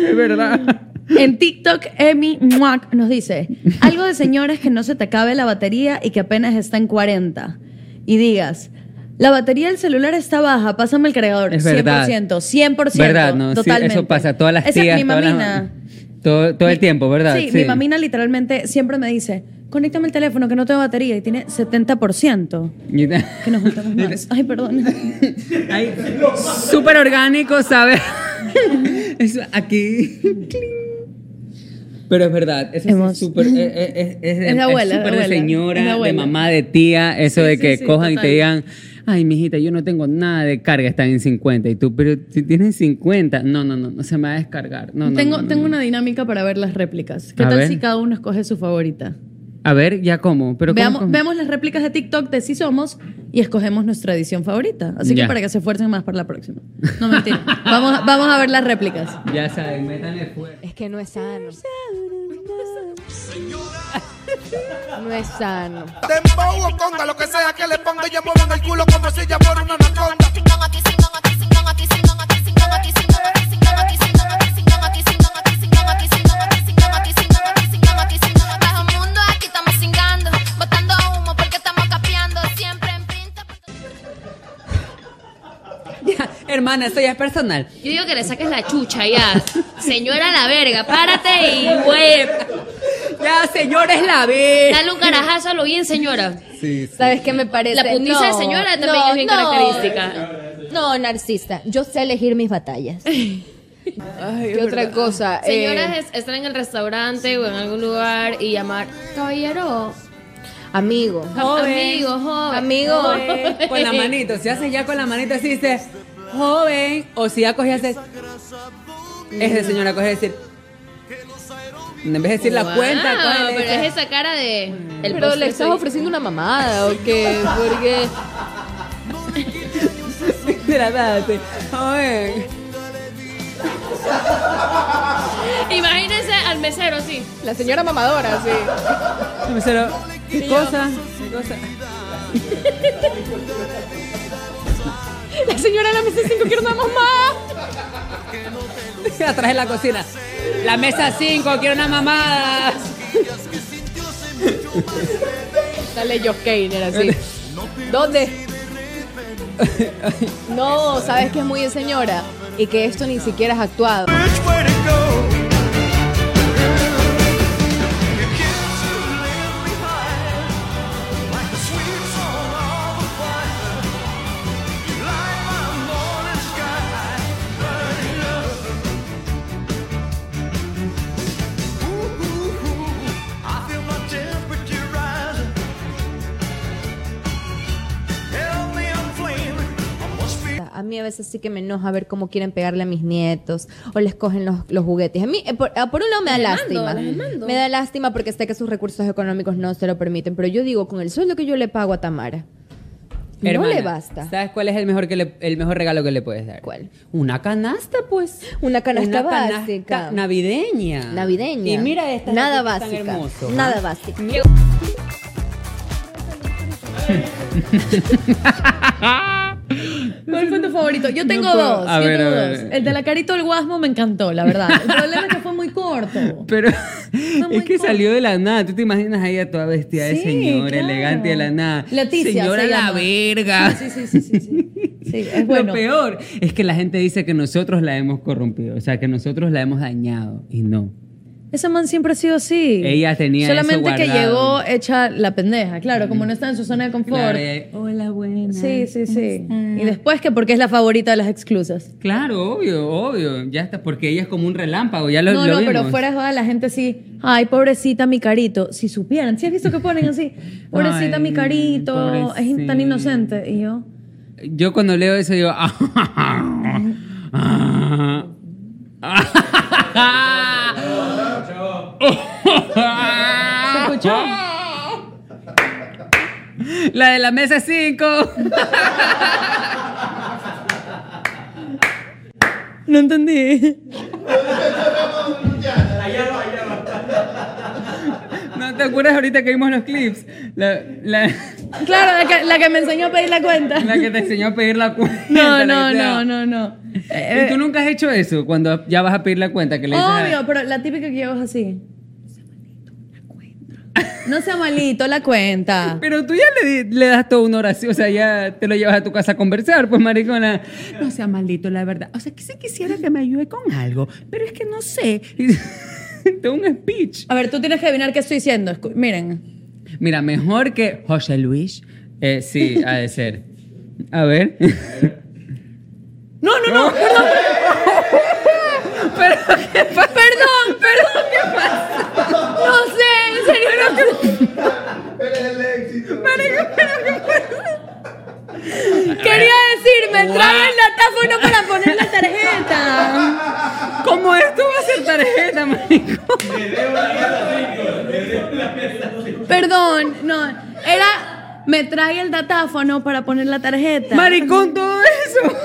es verdad.
En TikTok, Emi Muac nos dice: Algo de señores que no se te acabe la batería y que apenas está en 40. Y digas: La batería del celular está baja, pásame el cargador.
Es verdad.
100%, 100%.
¿Verdad? No, sí,
totalmente.
eso pasa. Todas las
Esa es
tías,
mi
todas las-
mamina.
Todo, todo el tiempo, ¿verdad?
Sí, mi mamina literalmente siempre me dice: Conéctame el teléfono que no tengo batería y tiene 70%.
Y-
Que nos juntamos más. Ay, perdón.
Ay, Súper orgánico, ¿sabes? Eso, aquí. Pero es verdad, eso sí es súper. Es, es- es- es-
Es de abuela,
es súper
de abuela,
de señora,
es de abuela.
de mamá, de tía, eso
Sí,
de
sí,
que
sí,
cojan y
total.
te digan, ay, mijita, yo no tengo nada de carga, están en 50. Y tú, pero si tienes 50, no, no, no, no se me va a descargar. No, no,
tengo
no, no,
tengo
no.
una dinámica para ver las réplicas. ¿Qué
A
tal
ver.
si cada uno escoge su favorita?
A ver, ya cómo. Pero cómo-
veamos,
cómo?
veamos las réplicas de TikTok de Sí Somos y escogemos nuestra edición favorita. Así
Ya.
que para que se esfuercen más para la próxima. No mentira. vamos, a- vamos a ver las réplicas.
Ya saben, metan esfuerzo.
Es que no es sano. No es sano.
Dembow o conga, lo que sea que le ponga, yo muevo en el culo como si ya fuera una anaconda.
Bajo mundo, aquí estamos singando, botando humo porque estamos capeando siempre en pinta.
Hermana, eso ya es personal.
Yo digo que le saques la chucha ya. Señora la verga, párate y güey.
Ya, señora es la verga.
Dale un carajazo a lo bien, señora.
¿Sabes qué me parece?
La putiza de señora también es bien característica.
No, narcisista. Yo sé elegir mis batallas. ¿Qué
es
otra
verdad.
cosa? Eh,
Señoras es- están en el restaurante o en algún lugar y llamar, caballero,
Amigo.
amigo, eh, joven.
Amigo.
joven".
Con la manito. Si haces ya con la manito así, dices, joven. O si ya coges, haces. Es de señora, coge decir. En vez de decir la
Wow,
cuenta, coge y le
pero
dices,
es esa cara de. El
Pero le estás
soy-
ofreciendo una mamada, ¿o qué? Porque...
Hidrátate. Joven.
Imagínense al mesero, sí.
La señora mamadora, sí.
El mesero, ¿Qué cosa? ¿Qué cosa?
La señora de la mesa 5 quiere una mamá.
Atrás de la cocina. La mesa 5, quiero una mamada.
Dale Josh Kane, así. ¿Dónde? No, sabes que es muy de señora y que esto ni siquiera es actuado. A mí a veces sí que me enoja ver cómo quieren pegarle a mis nietos o les cogen los, los juguetes. A mí, eh, por, eh, por un lado me da
Las mando,
lástima.
las mando.
Me da lástima porque sé que sus recursos económicos no se lo permiten. Pero yo digo, con el sueldo que yo le pago a Tamara, no
Hermana,
le basta.
¿Sabes cuál es el mejor, que le- el mejor regalo que le puedes dar? ¿Cuál? Una canasta, pues.
Una canasta
Una canasta
básica.
navideña.
Navideña.
Y mira estas
Nada
que están
básica.
hermosos, ¿ah?
Nada básica.
¿Cuál fue tu favorito? Yo tengo
puedo.
dos.
A
yo
ver,
tengo
a ver.
dos. El de la carita del guasmo me encantó, la verdad. El problema es que fue muy corto.
Pero es que salió de la nada. Tú te imaginas ahí a toda vestida de
Sí,
señora,
claro.
elegante de la nada.
Leticia
Señora
se
la
llama.
verga.
Sí, sí, sí, sí. sí. Sí, es bueno.
Lo peor es que la gente dice que nosotros la hemos corrompido, o sea, que nosotros la hemos dañado y no.
Esa man siempre ha sido así.
Ella tenía eso
Solamente que
guardado.
llegó hecha la pendeja, claro, como no está en su zona de confort.
Claro, ella- Hola, buena.
Sí, sí, sí. Y después que porque es la favorita de las exclusas.
Claro, obvio, obvio. Ya está, porque ella es como un relámpago, ya lo,
no,
lo
no,
vimos.
pero fuera de joda, la gente sí. Ay, pobrecita mi carito. Si supieran, si has visto que ponen así, pobrecita
Ay,
mi carito, es in- tan
pobrecita.
inocente. Y yo,
Yo cuando leo eso digo. "Ah, ¿Se escuchó? La de la mesa 5.
No entendí.
¿No te acuerdas ahorita que vimos los clips? La, la,
Claro, la que, la que me enseñó a pedir la cuenta.
la que te enseñó a pedir la cuenta.
No,
la
no,
idea.
no, no, no.
Eh, ¿Y tú nunca has hecho eso? Cuando ya vas a pedir la cuenta, que le dices. a-
Obvio, pero la típica que llevas así. No sea malito la cuenta.
Pero tú ya le, di- le das toda una oración, o sea, ya te lo llevas a tu casa a conversar, pues maricona. No sea maldito, la verdad. O sea, que sí quisiera que me ayude con algo, pero es que no sé. De un speech.
A ver, tú tienes que adivinar qué estoy diciendo. Escu- Miren.
Mira, mejor que José Luis. Eh, sí, ha de ser. A ver.
No, no, no, perdón.
Pero, ¿qué pasa?
Perdón, perdón, ¿qué pasa? No sé, en serio. no sé. Quería decirme,
Wow.
traen la táfona para poner la tarjeta.
¿Cómo esto va a ser tarjeta, marico?
Perdón, no. Era, me trae el datáfono para poner la tarjeta.
Maricón, todo eso.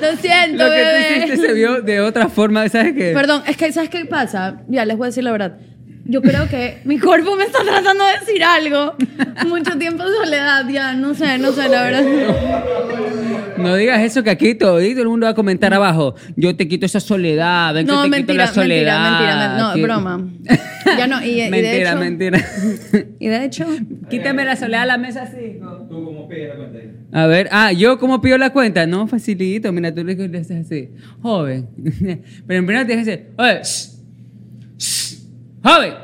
Lo siento,
Lo que
bebé.
tú hiciste se vio de otra forma, ¿sabes qué?
Perdón, es que, ¿sabes qué pasa? Ya, les voy a decir la verdad. Yo creo que mi cuerpo me está tratando de decir algo. Mucho tiempo de soledad, ya, no sé, no sé, la verdad.
No digas eso que aquí todo, todo el mundo va a comentar abajo. Yo te quito esa soledad, ven
No,
que te
mentira,
quito la soledad.
mentira, mentira, men- no,
que-
broma. Ya no, y, y de
mentira,
hecho...
mentira.
Y de hecho...
Quítame la soledad a la mesa 5.
Tú como pides la cuenta. ahí.
A ver, ah, yo cómo pido la cuenta, no facilito, mira, tú le le haces así, joven. Pero en primero tienes que decir, oye, shh, shh, joven.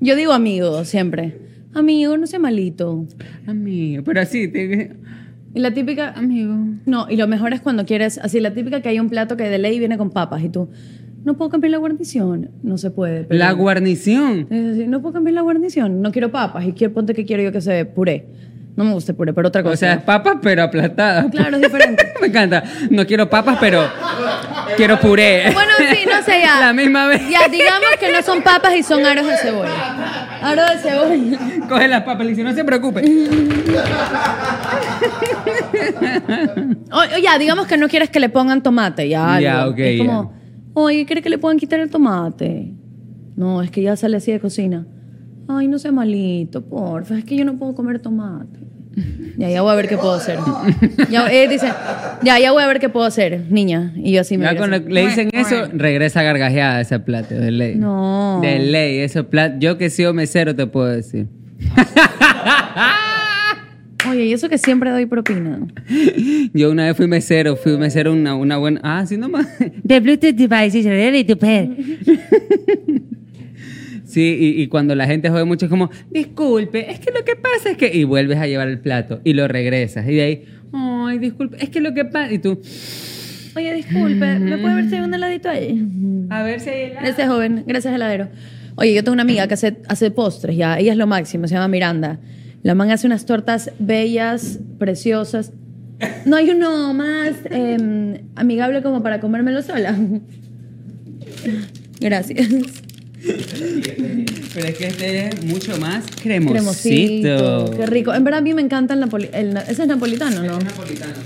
Yo digo amigo siempre. Amigo, no sea malito.
Amigo, pero así, te...
Y la típica...
Amigo.
No, y lo mejor es cuando quieres... Así, la típica que hay un plato que de ley viene con papas y tú... No puedo cambiar la guarnición. No se puede. pero-
la guarnición.
Es decir, no puedo cambiar la guarnición. No quiero papas. Y quiero, ponte que quiero yo que se puré. No me gusta el puré, pero otra cosa.
O sea, es papas pero aplastadas.
Claro, es diferente.
Me encanta. No quiero papas, pero quiero puré.
bueno, sí, no sé, ya.
La misma vez.
Ya, digamos que no son papas y son aros de cebolla. Aros de cebolla.
Coge las papas y dice, no se preocupe.
O, o ya, digamos que no quieres que le pongan tomate, ya.
Ya,
algo.
ok,
Es como, oye, ¿quiere que le puedan quitar el tomate? No, es que ya sale así de cocina. Ay, no sea malito, porfa, es que yo no puedo comer tomate. Ya, ya voy a ver qué puedo hacer. Ya, eh, dice, ya, ya voy a ver qué puedo hacer, niña. Y yo así me
Ya
voy
cuando
así.
le dicen eso, regresa gargajeada ese plato, de ley.
No.
De ley, ese plato. Yo que he sido mesero te puedo decir.
Oye, y eso que siempre doy propina.
Yo una vez fui mesero, fui mesero una, una buena... Ah, sí, nomás. The Bluetooth device is ready to pay. Sí, y, y cuando la gente jode mucho es como, disculpe, es que lo que pasa es que... Y vuelves a llevar el plato y lo regresas. Y de ahí, ay, disculpe, es que lo que pasa... Y tú,
Oye, disculpe, ¿me puede ver si hay un heladito ahí?
A ver si hay helado.
Gracias, joven. Gracias, heladero. Oye, yo tengo una amiga que hace, hace postres, ya. Ella es lo máximo, se llama Miranda. La man hace unas tortas bellas, preciosas. No hay uno más eh, amigable como para comérmelo sola. Gracias.
pero es que este es mucho más
Cremosito.
cremosito.
Qué rico. En verdad, a mí me encanta el napolitano. Ese es napolitano, ¿no?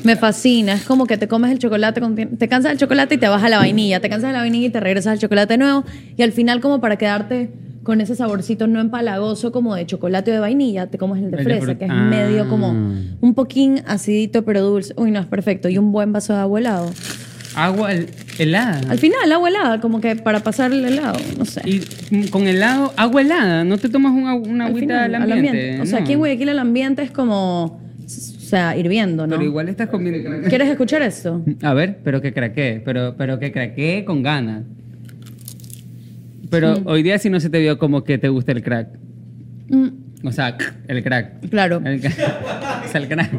Me fascina. Es como que te comes el chocolate, con- te cansas del chocolate y te baja la vainilla. Te cansas de la vainilla y te regresas al chocolate de nuevo. Y al final, como para quedarte con ese saborcito no empalagoso como de chocolate o de vainilla, te comes el de
El de
fresa,
frut-
que es
Ah.
medio como un poquín acidito pero dulce. Uy, no, es perfecto. Y un buen vaso de agua helado.
Agua hel- helada.
Al final, agua helada, como que para pasar el helado, no sé.
Y mm, con helado, agua helada. ¿No te tomas un agu- una
Al
agüita
final,
al ambiente? Mm.
O sea,
No.
aquí en Guayaquil el ambiente es como, o sea, hirviendo, ¿no?
Pero igual estás comiendo...
¿Quieres escuchar esto?
A ver, pero que craquee, pero, pero que craquee con ganas. Pero hoy día si no se te vio como que te gusta el crack.
Mm,
O sea, el crack.
claro.
El crack. O sea, el crack.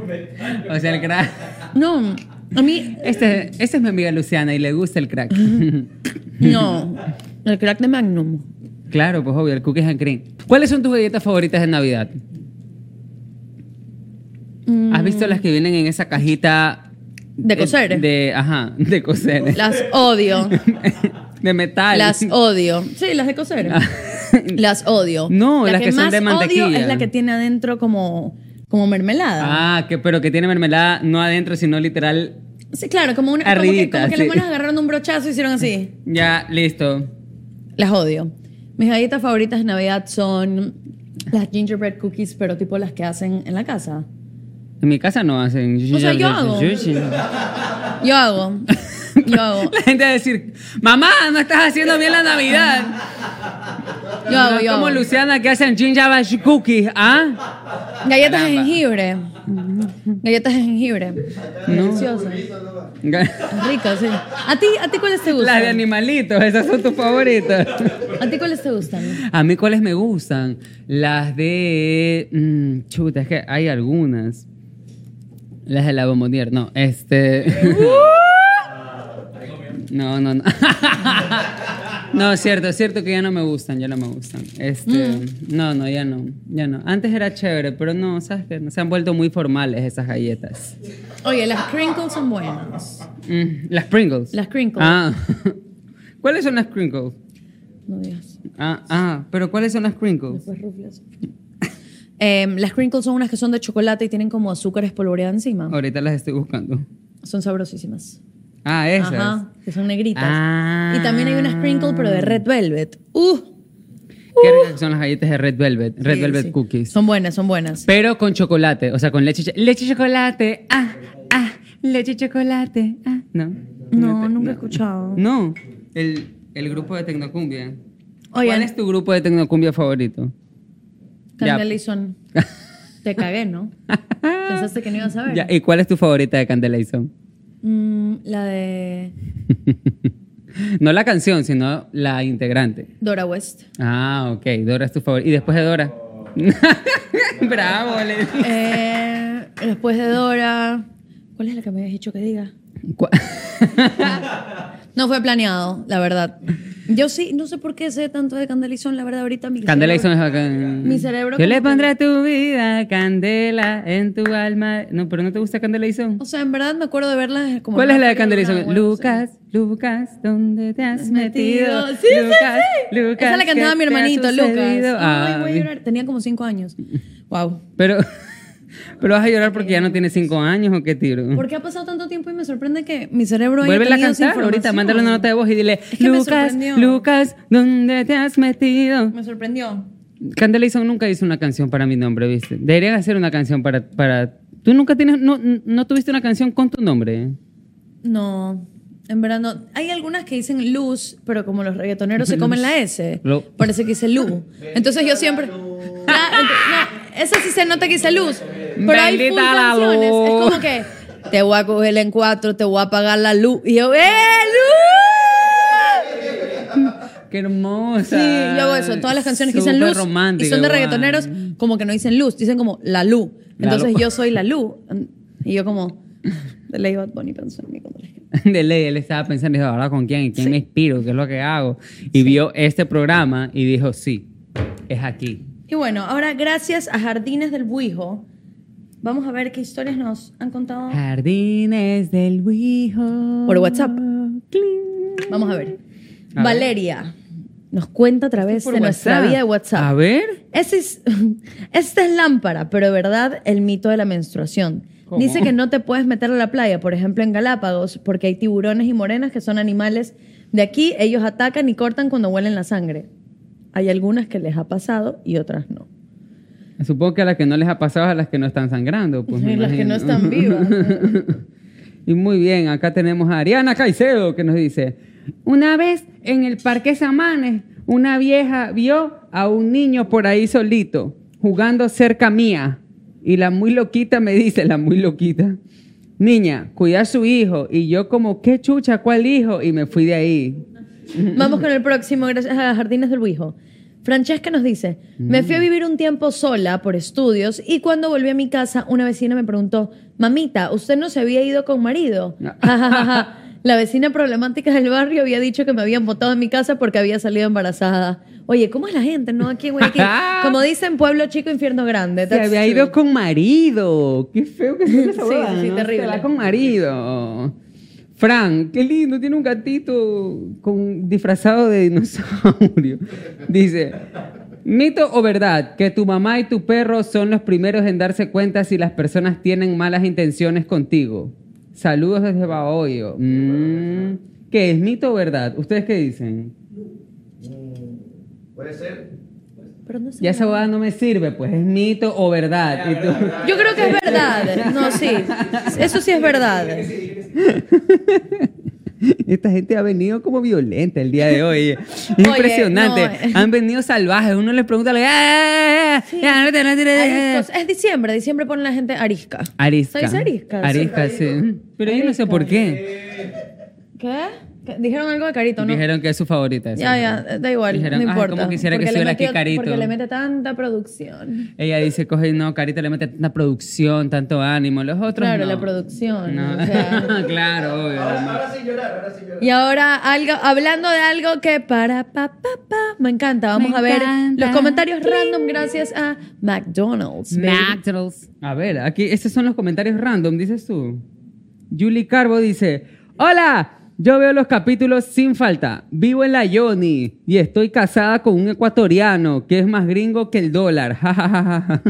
O sea, el crack.
No, a mí,
Este- Esta es mi amiga Luciana y le gusta el crack.
no. El crack de Magnum.
Claro, pues obvio, el cookies and cream. ¿Cuáles son tus galletas favoritas de Navidad? ¿Has visto las que vienen en esa cajita?
De
eh,
coser.
De, ajá, de coser.
Las odio.
de metal.
Las odio. Sí, las de coser. las odio.
Ah. No,
la
las que son de
odio
mantequilla.
es la que tiene adentro como, como mermelada.
Ah, que, pero que tiene mermelada no adentro, sino literal.
Sí, claro, como una como que,
Arribita,
como que
sí.
las manos agarraron un brochazo y hicieron así.
Ya, listo.
Las odio. Mis galletas favoritas de Navidad son las gingerbread cookies, pero tipo las que hacen en la casa.
En mi casa no hacen.
O sea, yo hago. Yo hago. Yo hago.
La gente va a decir, mamá, no estás haciendo bien la Navidad.
Yo hago,
No
yo
como
hago.
Luciana que hacen gingerbread cookies, ¿ah?
Galletas de jengibre. Galletas de jengibre. Deliciosas. Ricas, sí. ¿A ti, ¿A ti cuáles te
Las de
gustan?
animalitos, esas son tus favoritas.
¿A ti cuáles te gustan?
A mí, ¿cuáles me gustan? Las de. mm, chuta, es que hay algunas. Las de la bombonier, no, este. no, no, no. no, es cierto, es cierto que ya no me gustan, ya no me gustan. Este, No, no, ya no, ya no. Antes era chévere, pero no, ¿sabes qué? Se han vuelto muy formales esas galletas.
Oye, las crinkles son buenas.
Mm, las Pringles.
Las crinkles.
Ah. ¿Cuáles son las Pringles?
No digas.
Ah, ah, pero ¿cuáles son las Pringles?
Después rufles. Em, las crinkles son unas que son de chocolate y tienen como azúcar espolvoreada encima.
Ahorita las estoy buscando.
Son sabrosísimas.
Ah, esas.
Ajá, que son negritas.
Ah.
Y también hay unas crinkles, pero de red velvet. ¡Uh!
Qué ricas son las galletas de Red Velvet, Red
Sí,
Velvet
sí.
Cookies.
Son buenas, son buenas.
Pero con chocolate, o sea, con leche, y cho- leche y chocolate. Ah, ah, leche y chocolate. Ah, no.
No, nunca he escuchado.
No, el, el grupo de Tecnocumbia. ¿Cuál
Oigan.
es tu grupo de Tecnocumbia favorito? Ya.
Candela y son. Te cagué, ¿no? Pensaste que no ibas a ver.
Ya, ¿Y cuál es tu favorita de Candela y Son?
Mm, la de
No la canción, sino la integrante.
Dora West.
Ah, ok, Dora es tu favorita. ¿Y después de Dora? Bravo, le
Eh, después de Dora. ¿Cuál es la que me habías dicho que diga? no fue planeado, la verdad. Yo sí, no sé por qué sé tanto de Candela y Son, la verdad, ahorita mi
Candela y Son
cerebro-
es bacán.
Mi cerebro
Yo le
como que-
pondré a tu vida candela en tu alma. No, pero ¿no te gusta Candela y Son?
O sea, en verdad me acuerdo de verla como.
¿Cuál
en
es la de
una
Candela y
película,
Son?
una buena
Lucas, Lucas, ¿dónde te has
metido.
metido?
Sí, sí,
Lucas,
sí.
Lucas.
Esa la cantaba
¿qué
mi
te ha
hermanito, Lucas.
sucedido?
Ay, voy a
Ah,
llorar. Tenía como cinco años. Wow.
Pero, pero vas a llorar porque ya no tienes cinco años o qué tiro.
¿Por qué ha pasado tanto tiempo y me sorprende que mi cerebro haya
Vuelve a
tenido esa
cantar ahorita,
información?
mándale una nota de voz y dile,
que me
Lucas,
sorprendió.
Lucas, ¿dónde te has metido?
Me sorprendió.
Candela Izon nunca hizo una canción para mi nombre, ¿viste? Deberían hacer una canción para... para... ¿Tú nunca tienes, no, no tuviste una canción con tu nombre?
No, en verdad no. Hay algunas que dicen luz, pero como los reggaetoneros se comen la S,
Lo-
parece que dice luz. Entonces yo siempre. Ah, ent- no, esa sí se nota que dice luz. Pero hay full
Bendita la
canciones. Es
luz.
como que te voy a coger en cuatro, te voy a apagar la luz. Y yo, ¡eh, luz!
¡Qué hermosa!
Sí, yo hago eso. Todas las canciones que dicen
Súper
luz y
romántica,
son de
guau.
reggaetoneros, como que no dicen luz, dicen como la luz.
La
Entonces
luz.
yo soy la luz. Y yo, como. De Ley Bad Bunny pensó en mí cuando le dije.
De ley, él estaba pensando, dijo, ¿ahora con quién? ¿En quién me inspiro? ¿Qué es lo que hago? Y vio este programa y dijo, sí, es aquí.
Y bueno, ahora gracias a Jardines del Buijo, vamos a ver qué historias nos han contado
Ah. Jardines del Buijo.
por WhatsApp. Vamos a ver.
ver.
Valeria nos cuenta a través de
Por
nuestra
WhatsApp.
vida de WhatsApp.
A ver.
Ese es- esta es lámpara, pero de verdad el mito de la menstruación.
¿Cómo?
Dice que no te puedes meter a la playa, por ejemplo en Galápagos, porque hay tiburones y morenas que son animales de aquí. Ellos atacan y cortan cuando huelen la sangre. Hay algunas que les ha pasado y otras no.
Supongo que a las que no les ha pasado es a las que no están sangrando. Pues, me
Y las que no
imagino.
están vivas.
Y muy bien, acá tenemos a Ariana Caicedo que nos dice, una vez en el Parque Samanes, una vieja vio a un niño por ahí solito, jugando cerca mía. Y la muy loquita me dice, la muy loquita, niña, cuida a su hijo. Y yo como, qué chucha, ¿cuál hijo? Y me fui de ahí.
Vamos con el próximo, gracias a Jardines del Buijo. Francesca nos dice, me fui a vivir un tiempo sola por estudios y cuando volví a mi casa una vecina me preguntó, mamita, ¿usted no se había ido con marido? Ja, ja, ja, ja. La vecina problemática del barrio había dicho que me habían botado en mi casa porque había salido embarazada. Oye, ¿cómo es la gente? No, aquí, güey, aquí. Como dicen, pueblo chico, infierno grande.
Se
That's
había
true.
ido con marido. Qué feo que suena esa
Sí,
huevada,
sí,
¿no?
terrible.
Se va con marido. Fran, qué lindo, tiene un gatito con, disfrazado de dinosaurio. Dice, mito o verdad, que tu mamá y tu perro son los primeros en darse cuenta si las personas tienen malas intenciones contigo. Saludos desde Baoyo. Mm, ¿Qué es mito o verdad? ¿Ustedes qué dicen?
Puede ser.
Pero no sé.
Ya esa huevada no me sirve, pues es mito o verdad. Y tú-
Yo creo que es verdad. No, sí. Eso sí es verdad.
Esta gente ha venido como violenta el día de hoy. Es impresionante.
no.
Han venido salvajes. Uno les pregunta, "Eh, eh, eh, eh, ya, no te- no te- eh, eh".
Ariscos. Es diciembre. Diciembre pone la gente arisca.
Arisca.
¿Se dice arisca?
Arisca, sí. Pero yo no sé por qué.
¿Qué? ¿Qué? Dijeron algo de carito, ¿no?
Dijeron que es su favorita. sí.
Ya, ya, da igual,
Dijeron,
no
"Ay,
importa.
cómo quisiera
Porque
que
le
estuviera aquí
metió-
Carito".
Porque le mete tanta producción.
Ella dice, coge, no, Carita le mete tanta producción, tanto ánimo. Los otros
Claro,
no.
la producción.
No.
o sea.
claro, obvio.
Ahora sí llorar, ahora sí llorar.
Y ahora algo, hablando de algo que para pa pa pa, me encanta. Vamos
Me
a ver
encanta.
los comentarios random gracias a McDonald's. baby.
A ver, aquí, estos son los comentarios random, dices tú. Julie Carbo dice: Hola, yo veo los capítulos sin falta. Vivo en la Yoni y estoy casada con un ecuatoriano que es más gringo que el dólar. Ja, ja, ja, ja, ja.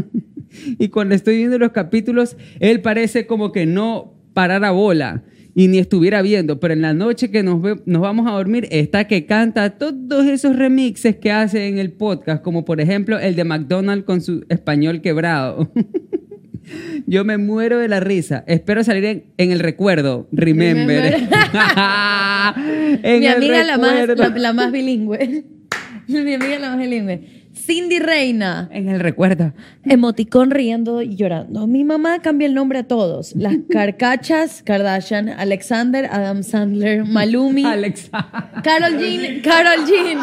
y cuando estoy viendo los capítulos, él parece como que no parara bola. Y ni estuviera viendo, pero en la noche que nos, ve- nos vamos a dormir, está que canta todos esos remixes que hace en el podcast, como por ejemplo el de McDonald's con su español quebrado. Yo me muero de la risa. Espero salir en, en el recuerdo. Remember. En
Mi
el
amiga la más,
recuerdo.
la, la más bilingüe. Mi amiga la más bilingüe. Cindy Reina.
En el recuerdo.
Emoticón riendo y llorando. Mi mamá cambia el nombre a todos. Las carcachas, Kardashian, Alexander, Adam Sandler, Malumi. Carol Jean, Carol Jean.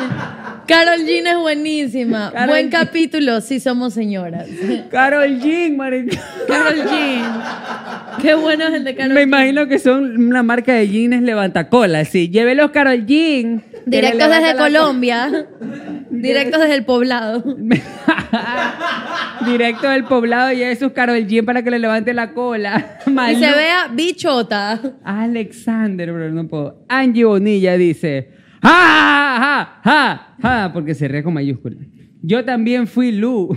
Carol Jean es buenísima.
Karol
Buen
Jean.
capítulo, sí somos señoras.
Carol Jean, marica.
Carol Jean. Qué bueno es el de Carol
Me imagino que son una marca de jeans levantacola. Sí, llévelos Carol Jean.
Directos desde
Colombia.
Colombia. Directos desde el poblado.
Directo del poblado y sus Carol Jean para que le levante la cola.
Y
Malú-
se vea bichota.
Alexander, bro, no puedo. Angie Bonilla dice, ¡Ja, ja, ja, ja, ja", Porque se ríe con mayúscula. Yo también fui Lu.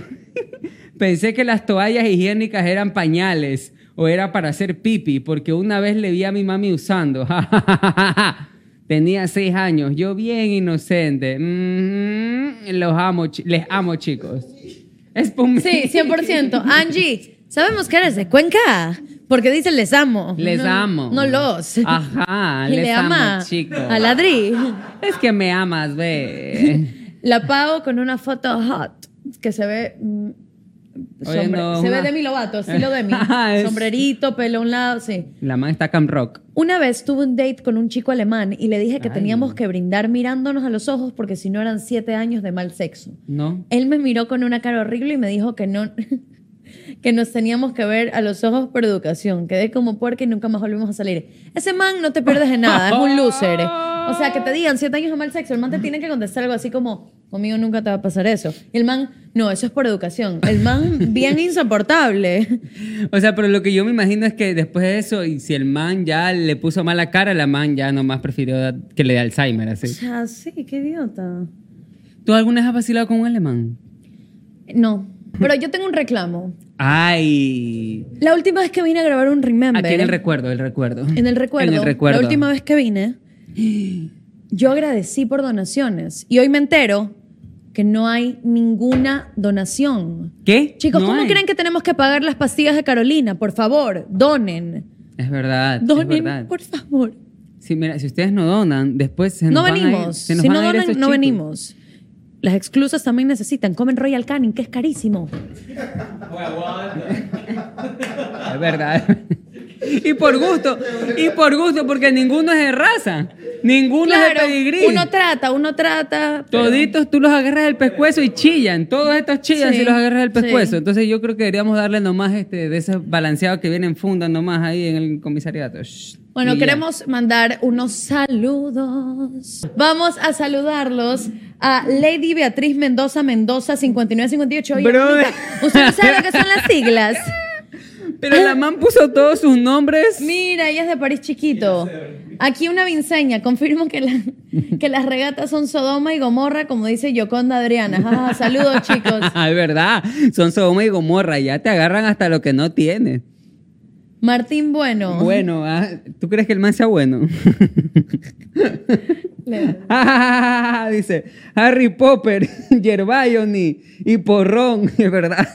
Pensé que las toallas higiénicas eran pañales o era para hacer pipi, porque una vez le vi a mi mami usando. Ja, ja, ja, ja, ja. Tenía seis años, yo bien inocente. Mm, los amo, chi- les amo, chicos. Es por mí.
Sí, 100%. Angie, sabemos que eres de Cuenca. Porque dice les amo.
Les
No,
amo.
No los.
Ajá,
Y
les
le
amo,
ama
chicos.
a Ladri.
Es que me amas, ve.
La pago con una foto hot que se ve. mm,
Oye,
sombre-
no,
se
una-
ve de mi lobato, estilo de mí.
Ajá, es-
Sombrerito, pelo a un lado, sí.
La man está Cam Rock.
Una vez tuve un date con un chico alemán y le dije que
Ay.
teníamos que brindar mirándonos a los ojos porque si no eran siete años de mal sexo.
¿No?
Él me miró con una cara horrible y me dijo que no que nos teníamos que ver a los ojos por educación. Quedé como puerca y nunca más volvimos a salir. Ese man no te pierdes de nada, es un loser. eh. O sea, que te digan siete años de mal sexo, el man te tiene que contestar algo así como, conmigo nunca te va a pasar eso. Y el man, no, eso es por educación. El man, bien insoportable.
O sea, pero lo que yo me imagino es que después de eso, y si el man ya le puso mala cara, la man ya nomás prefirió da- que le dé Alzheimer,
O
así.
sea, sí, qué idiota.
¿Tú alguna vez has vacilado con un alemán?
No, pero yo tengo un reclamo.
Ay.
La última vez que vine a grabar un Remember.
Aquí en el recuerdo, el recuerdo.
En el recuerdo.
En el recuerdo.
La última vez que vine, yo agradecí por donaciones. Y hoy me entero que no hay ninguna donación.
¿Qué?
Chicos,
No
¿cómo
hay.
creen que tenemos que pagar las pastillas de Carolina? Por favor, donen.
Es verdad. es
Donen,
verdad.
por favor.
Sí, mira, si ustedes no donan, después se
No
nos van a ir-
venimos.
se nos
Si
van
no
a ir
donan,
esos
no
chicos.
venimos. Las exclusas también necesitan. Comen Royal Canin, que es carísimo.
Es verdad. Y por gusto, y por gusto, porque ninguno es de raza. Ninguno es de
Claro,
pedigrí.
Uno trata, uno trata. pero-
Toditos tú los agarras del pescuezo y chillan. Todos estos chillan
Sí,
si los agarras del
sí.
pescuezo. Entonces yo creo que deberíamos darle nomás este, de esos balanceados que vienen fundas nomás ahí en el comisariato. Shh.
Bueno,
Y ya.
queremos mandar unos saludos. Vamos a saludarlos a Lady Beatriz Mendoza Mendoza 5958. Oye,
Brother.
mamita, ¿Usted no sabe lo que son las siglas?
Pero la man puso todos sus nombres.
Mira, ella es de París Chiquito. Aquí una vinseña. Confirmo que, la- que las regatas son Sodoma y Gomorra, como dice Yoconda Adriana. Ah, saludos, chicos.
es verdad. Son Sodoma y Gomorra. Ya te agarran hasta lo que no tienes.
Martín Bueno.
Bueno, ah, ¿tú crees que el man sea bueno? Dice Harry Popper, Gervaioni y Porrón, es verdad.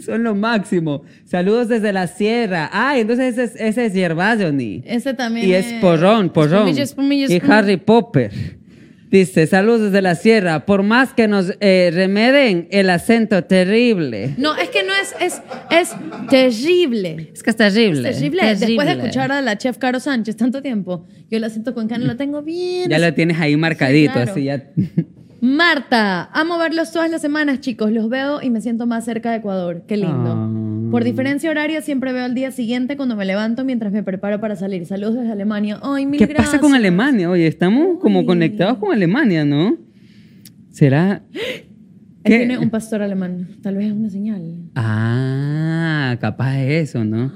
Son lo máximo. Saludos desde la sierra. Ay, entonces ese es, ese es Gervaioni.
Ese también.
Y es Porrón, Porrón.
Espumilla, espumilla,
Y
espumilla.
Harry Popper. Dice, saludos desde la sierra. Por más que nos eh, remeden el acento terrible.
No, es que no es, es, es terrible.
Es que es terrible.
Es terrible. Después de
terrible.
escuchar a la chef Caro Sánchez tanto tiempo, yo la siento con cano, la tengo bien.
Ya lo tienes ahí marcadito,
claro.
así ya.
Marta, amo verlos todas las semanas, chicos. Los veo y me siento más cerca de Ecuador. Qué lindo.
Ah.
Por diferencia horaria, siempre veo al día siguiente cuando me levanto mientras me preparo para salir. Saludos desde Alemania. Ay, mil
¿Qué
gracias.
pasa con Alemania? Oye, estamos como conectados con Alemania, ¿no? ¿Será?
Él
¿Qué?
tiene un pastor alemán. Tal vez es una señal.
Ah, capaz de eso, ¿no?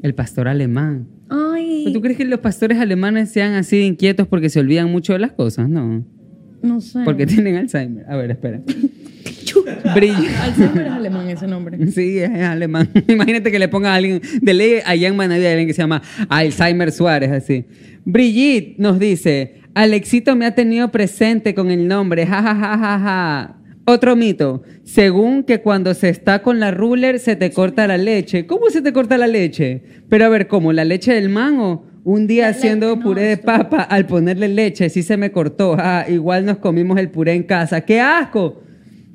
El pastor alemán.
Ay.
¿Pero ¿Tú crees que los pastores alemanes sean así de inquietos porque se olvidan mucho de las cosas? No.
No sé.
Porque tienen Alzheimer. A ver, espera. Brilla.
Alzheimer es alemán ese nombre.
Sí, es alemán. Imagínate que le ponga a alguien de ley allá en Manaví a alguien que se llama Alzheimer Suárez, así. Brigitte nos dice, Alexito me ha tenido presente con el nombre, ja, ja, ja, ja, ja. Otro mito, según que cuando se está con la ruler se te corta la leche. ¿Cómo se te corta la leche? Pero a ver, ¿cómo? ¿La leche del mango? Un día haciendo puré de papa, al ponerle leche, sí se me cortó. Ah, igual nos comimos el puré en casa. ¡Qué asco!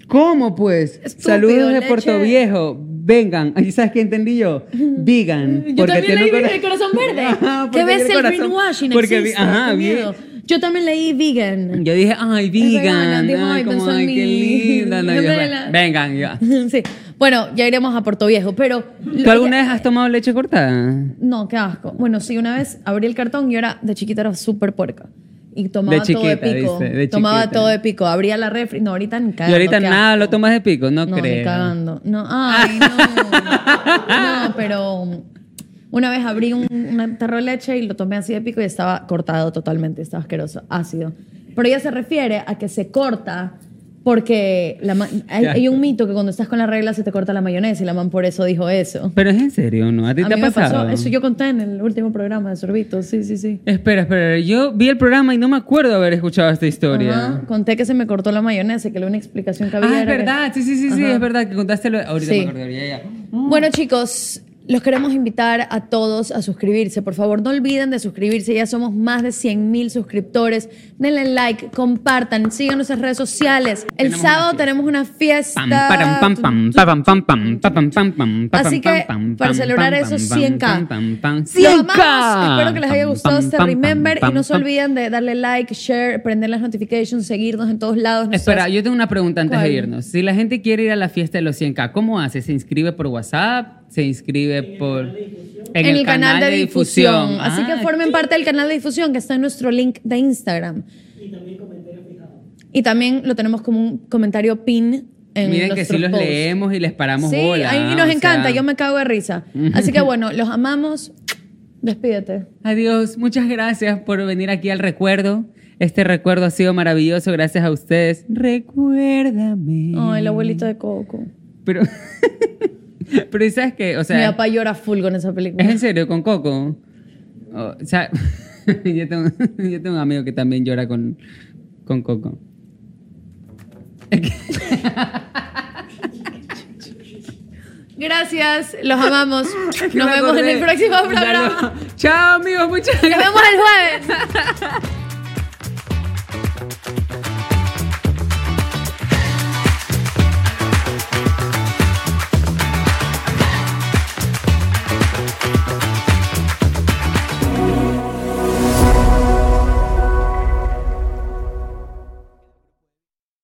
¿Cómo pues?
Estúpido,
Saludos de
leche.
Puerto Viejo. Vengan. Ay, ¿Sabes qué entendí yo? Vegan.
Yo también leí
un
vegan
cora-
el corazón verde.
Ajá, porque
¿Qué ves
tiene
el
corazón-
greenwashing?
Porque vi-
Existe,
ajá,
qué
vi-
miedo. Yo también leí vegan.
Yo dije, ay, vegan.
vegana,
Ay,
dijo,
como,
ay, pensó en
ay, qué
mí.
linda. No,
Yo
yo-
me la-
Vengan. ya.
sí. Bueno, ya iremos a Puerto Viejo, pero...
¿Tú alguna vez has tomado leche cortada?
No, qué asco. Bueno, sí, una vez abrí el cartón, yo era de chiquita era súper puerca. Y tomaba
De chiquita,
todo de pico.
dice, de
tomaba
chiquita.
todo de pico. Abría la refri. No, ahorita ni cagando.
y ahorita
qué
nada
asco.
lo tomas de pico, no,
No, ni
creo.
cagando. No, ay, no. No, pero una vez abrí un, una tarro de leche y lo tomé así de pico y estaba cortado totalmente. Estaba asqueroso, ácido. Pero ella se refiere a que se corta porque la ma- hay,
Ya.
hay un mito que cuando estás con la regla se te corta la mayonesa y la man por eso dijo eso.
Pero es en serio, ¿no? ¿A ti
A
te
mí
ha
me
pasado?
pasó, eso yo conté en el último programa de Sorbito, sí, sí, sí.
Espera, espera. Yo vi el programa y no me acuerdo haber escuchado esta historia.
Ajá, conté que se me cortó la mayonesa y que la única explicación que había
Ah, es
era que-
verdad, sí, sí, sí, sí,
Ajá.
es verdad que contaste lo... Ahorita
Sí.
me acordé, ya, ya.
Bueno, chicos, los queremos invitar a todos a suscribirse. Por favor, no olviden de suscribirse. Ya somos más de 100 mil suscriptores. Denle like, compartan, sigan nuestras redes sociales. El
Tenemos
sábado
una
tenemos una fiesta.
Pam, param, pam, pam, pam, pam, pam, pam, pam, pam, pam, pam,
Así
pam,
que,
pam,
para
pam,
celebrar
pam,
esos
pam,
100K.
pam, pam, pam,
Los
100K.
amamos. Espero que les haya
Pam,
gustado
pam,
este
pam,
Remember
pam,
y no se
pam,
olviden de darle like, share, prender las notifications, seguirnos en todos lados. Nuestras-
Espera, yo tengo una pregunta antes
¿Cuál?
de irnos. Si la gente quiere ir a la fiesta de los 100K, ¿cómo hace? ¿Se inscribe por WhatsApp? ¿Se inscribe por...
en, el, canal, de, difusión. Así
Ah,
que formen parte del canal de difusión que está en nuestro link de Instagram. Y también lo tenemos como un comentario pin en
Miren que sí
nuestros
los
posts.
leemos y les paramos
Sí,
bola.
ahí
¿ah?
nos
O
encanta,
sea,
yo me cago de risa. Así que bueno, los amamos. Despídete.
Adiós, muchas gracias por venir aquí al recuerdo. Este recuerdo ha sido maravilloso, gracias a ustedes. Recuérdame.
Ay, el abuelito de Coco.
Pero, pero ¿y ¿sabes qué? O sea,
Mi papá llora full con esa película.
¿Es en serio con Coco? O sea, yo, tengo, yo tengo un amigo que también llora con, con Coco.
Gracias, los amamos. Nos
me
vemos en
acordé.
el próximo
Ya
programa.
no. Chao, amigos, muchas
Nos vemos el jueves.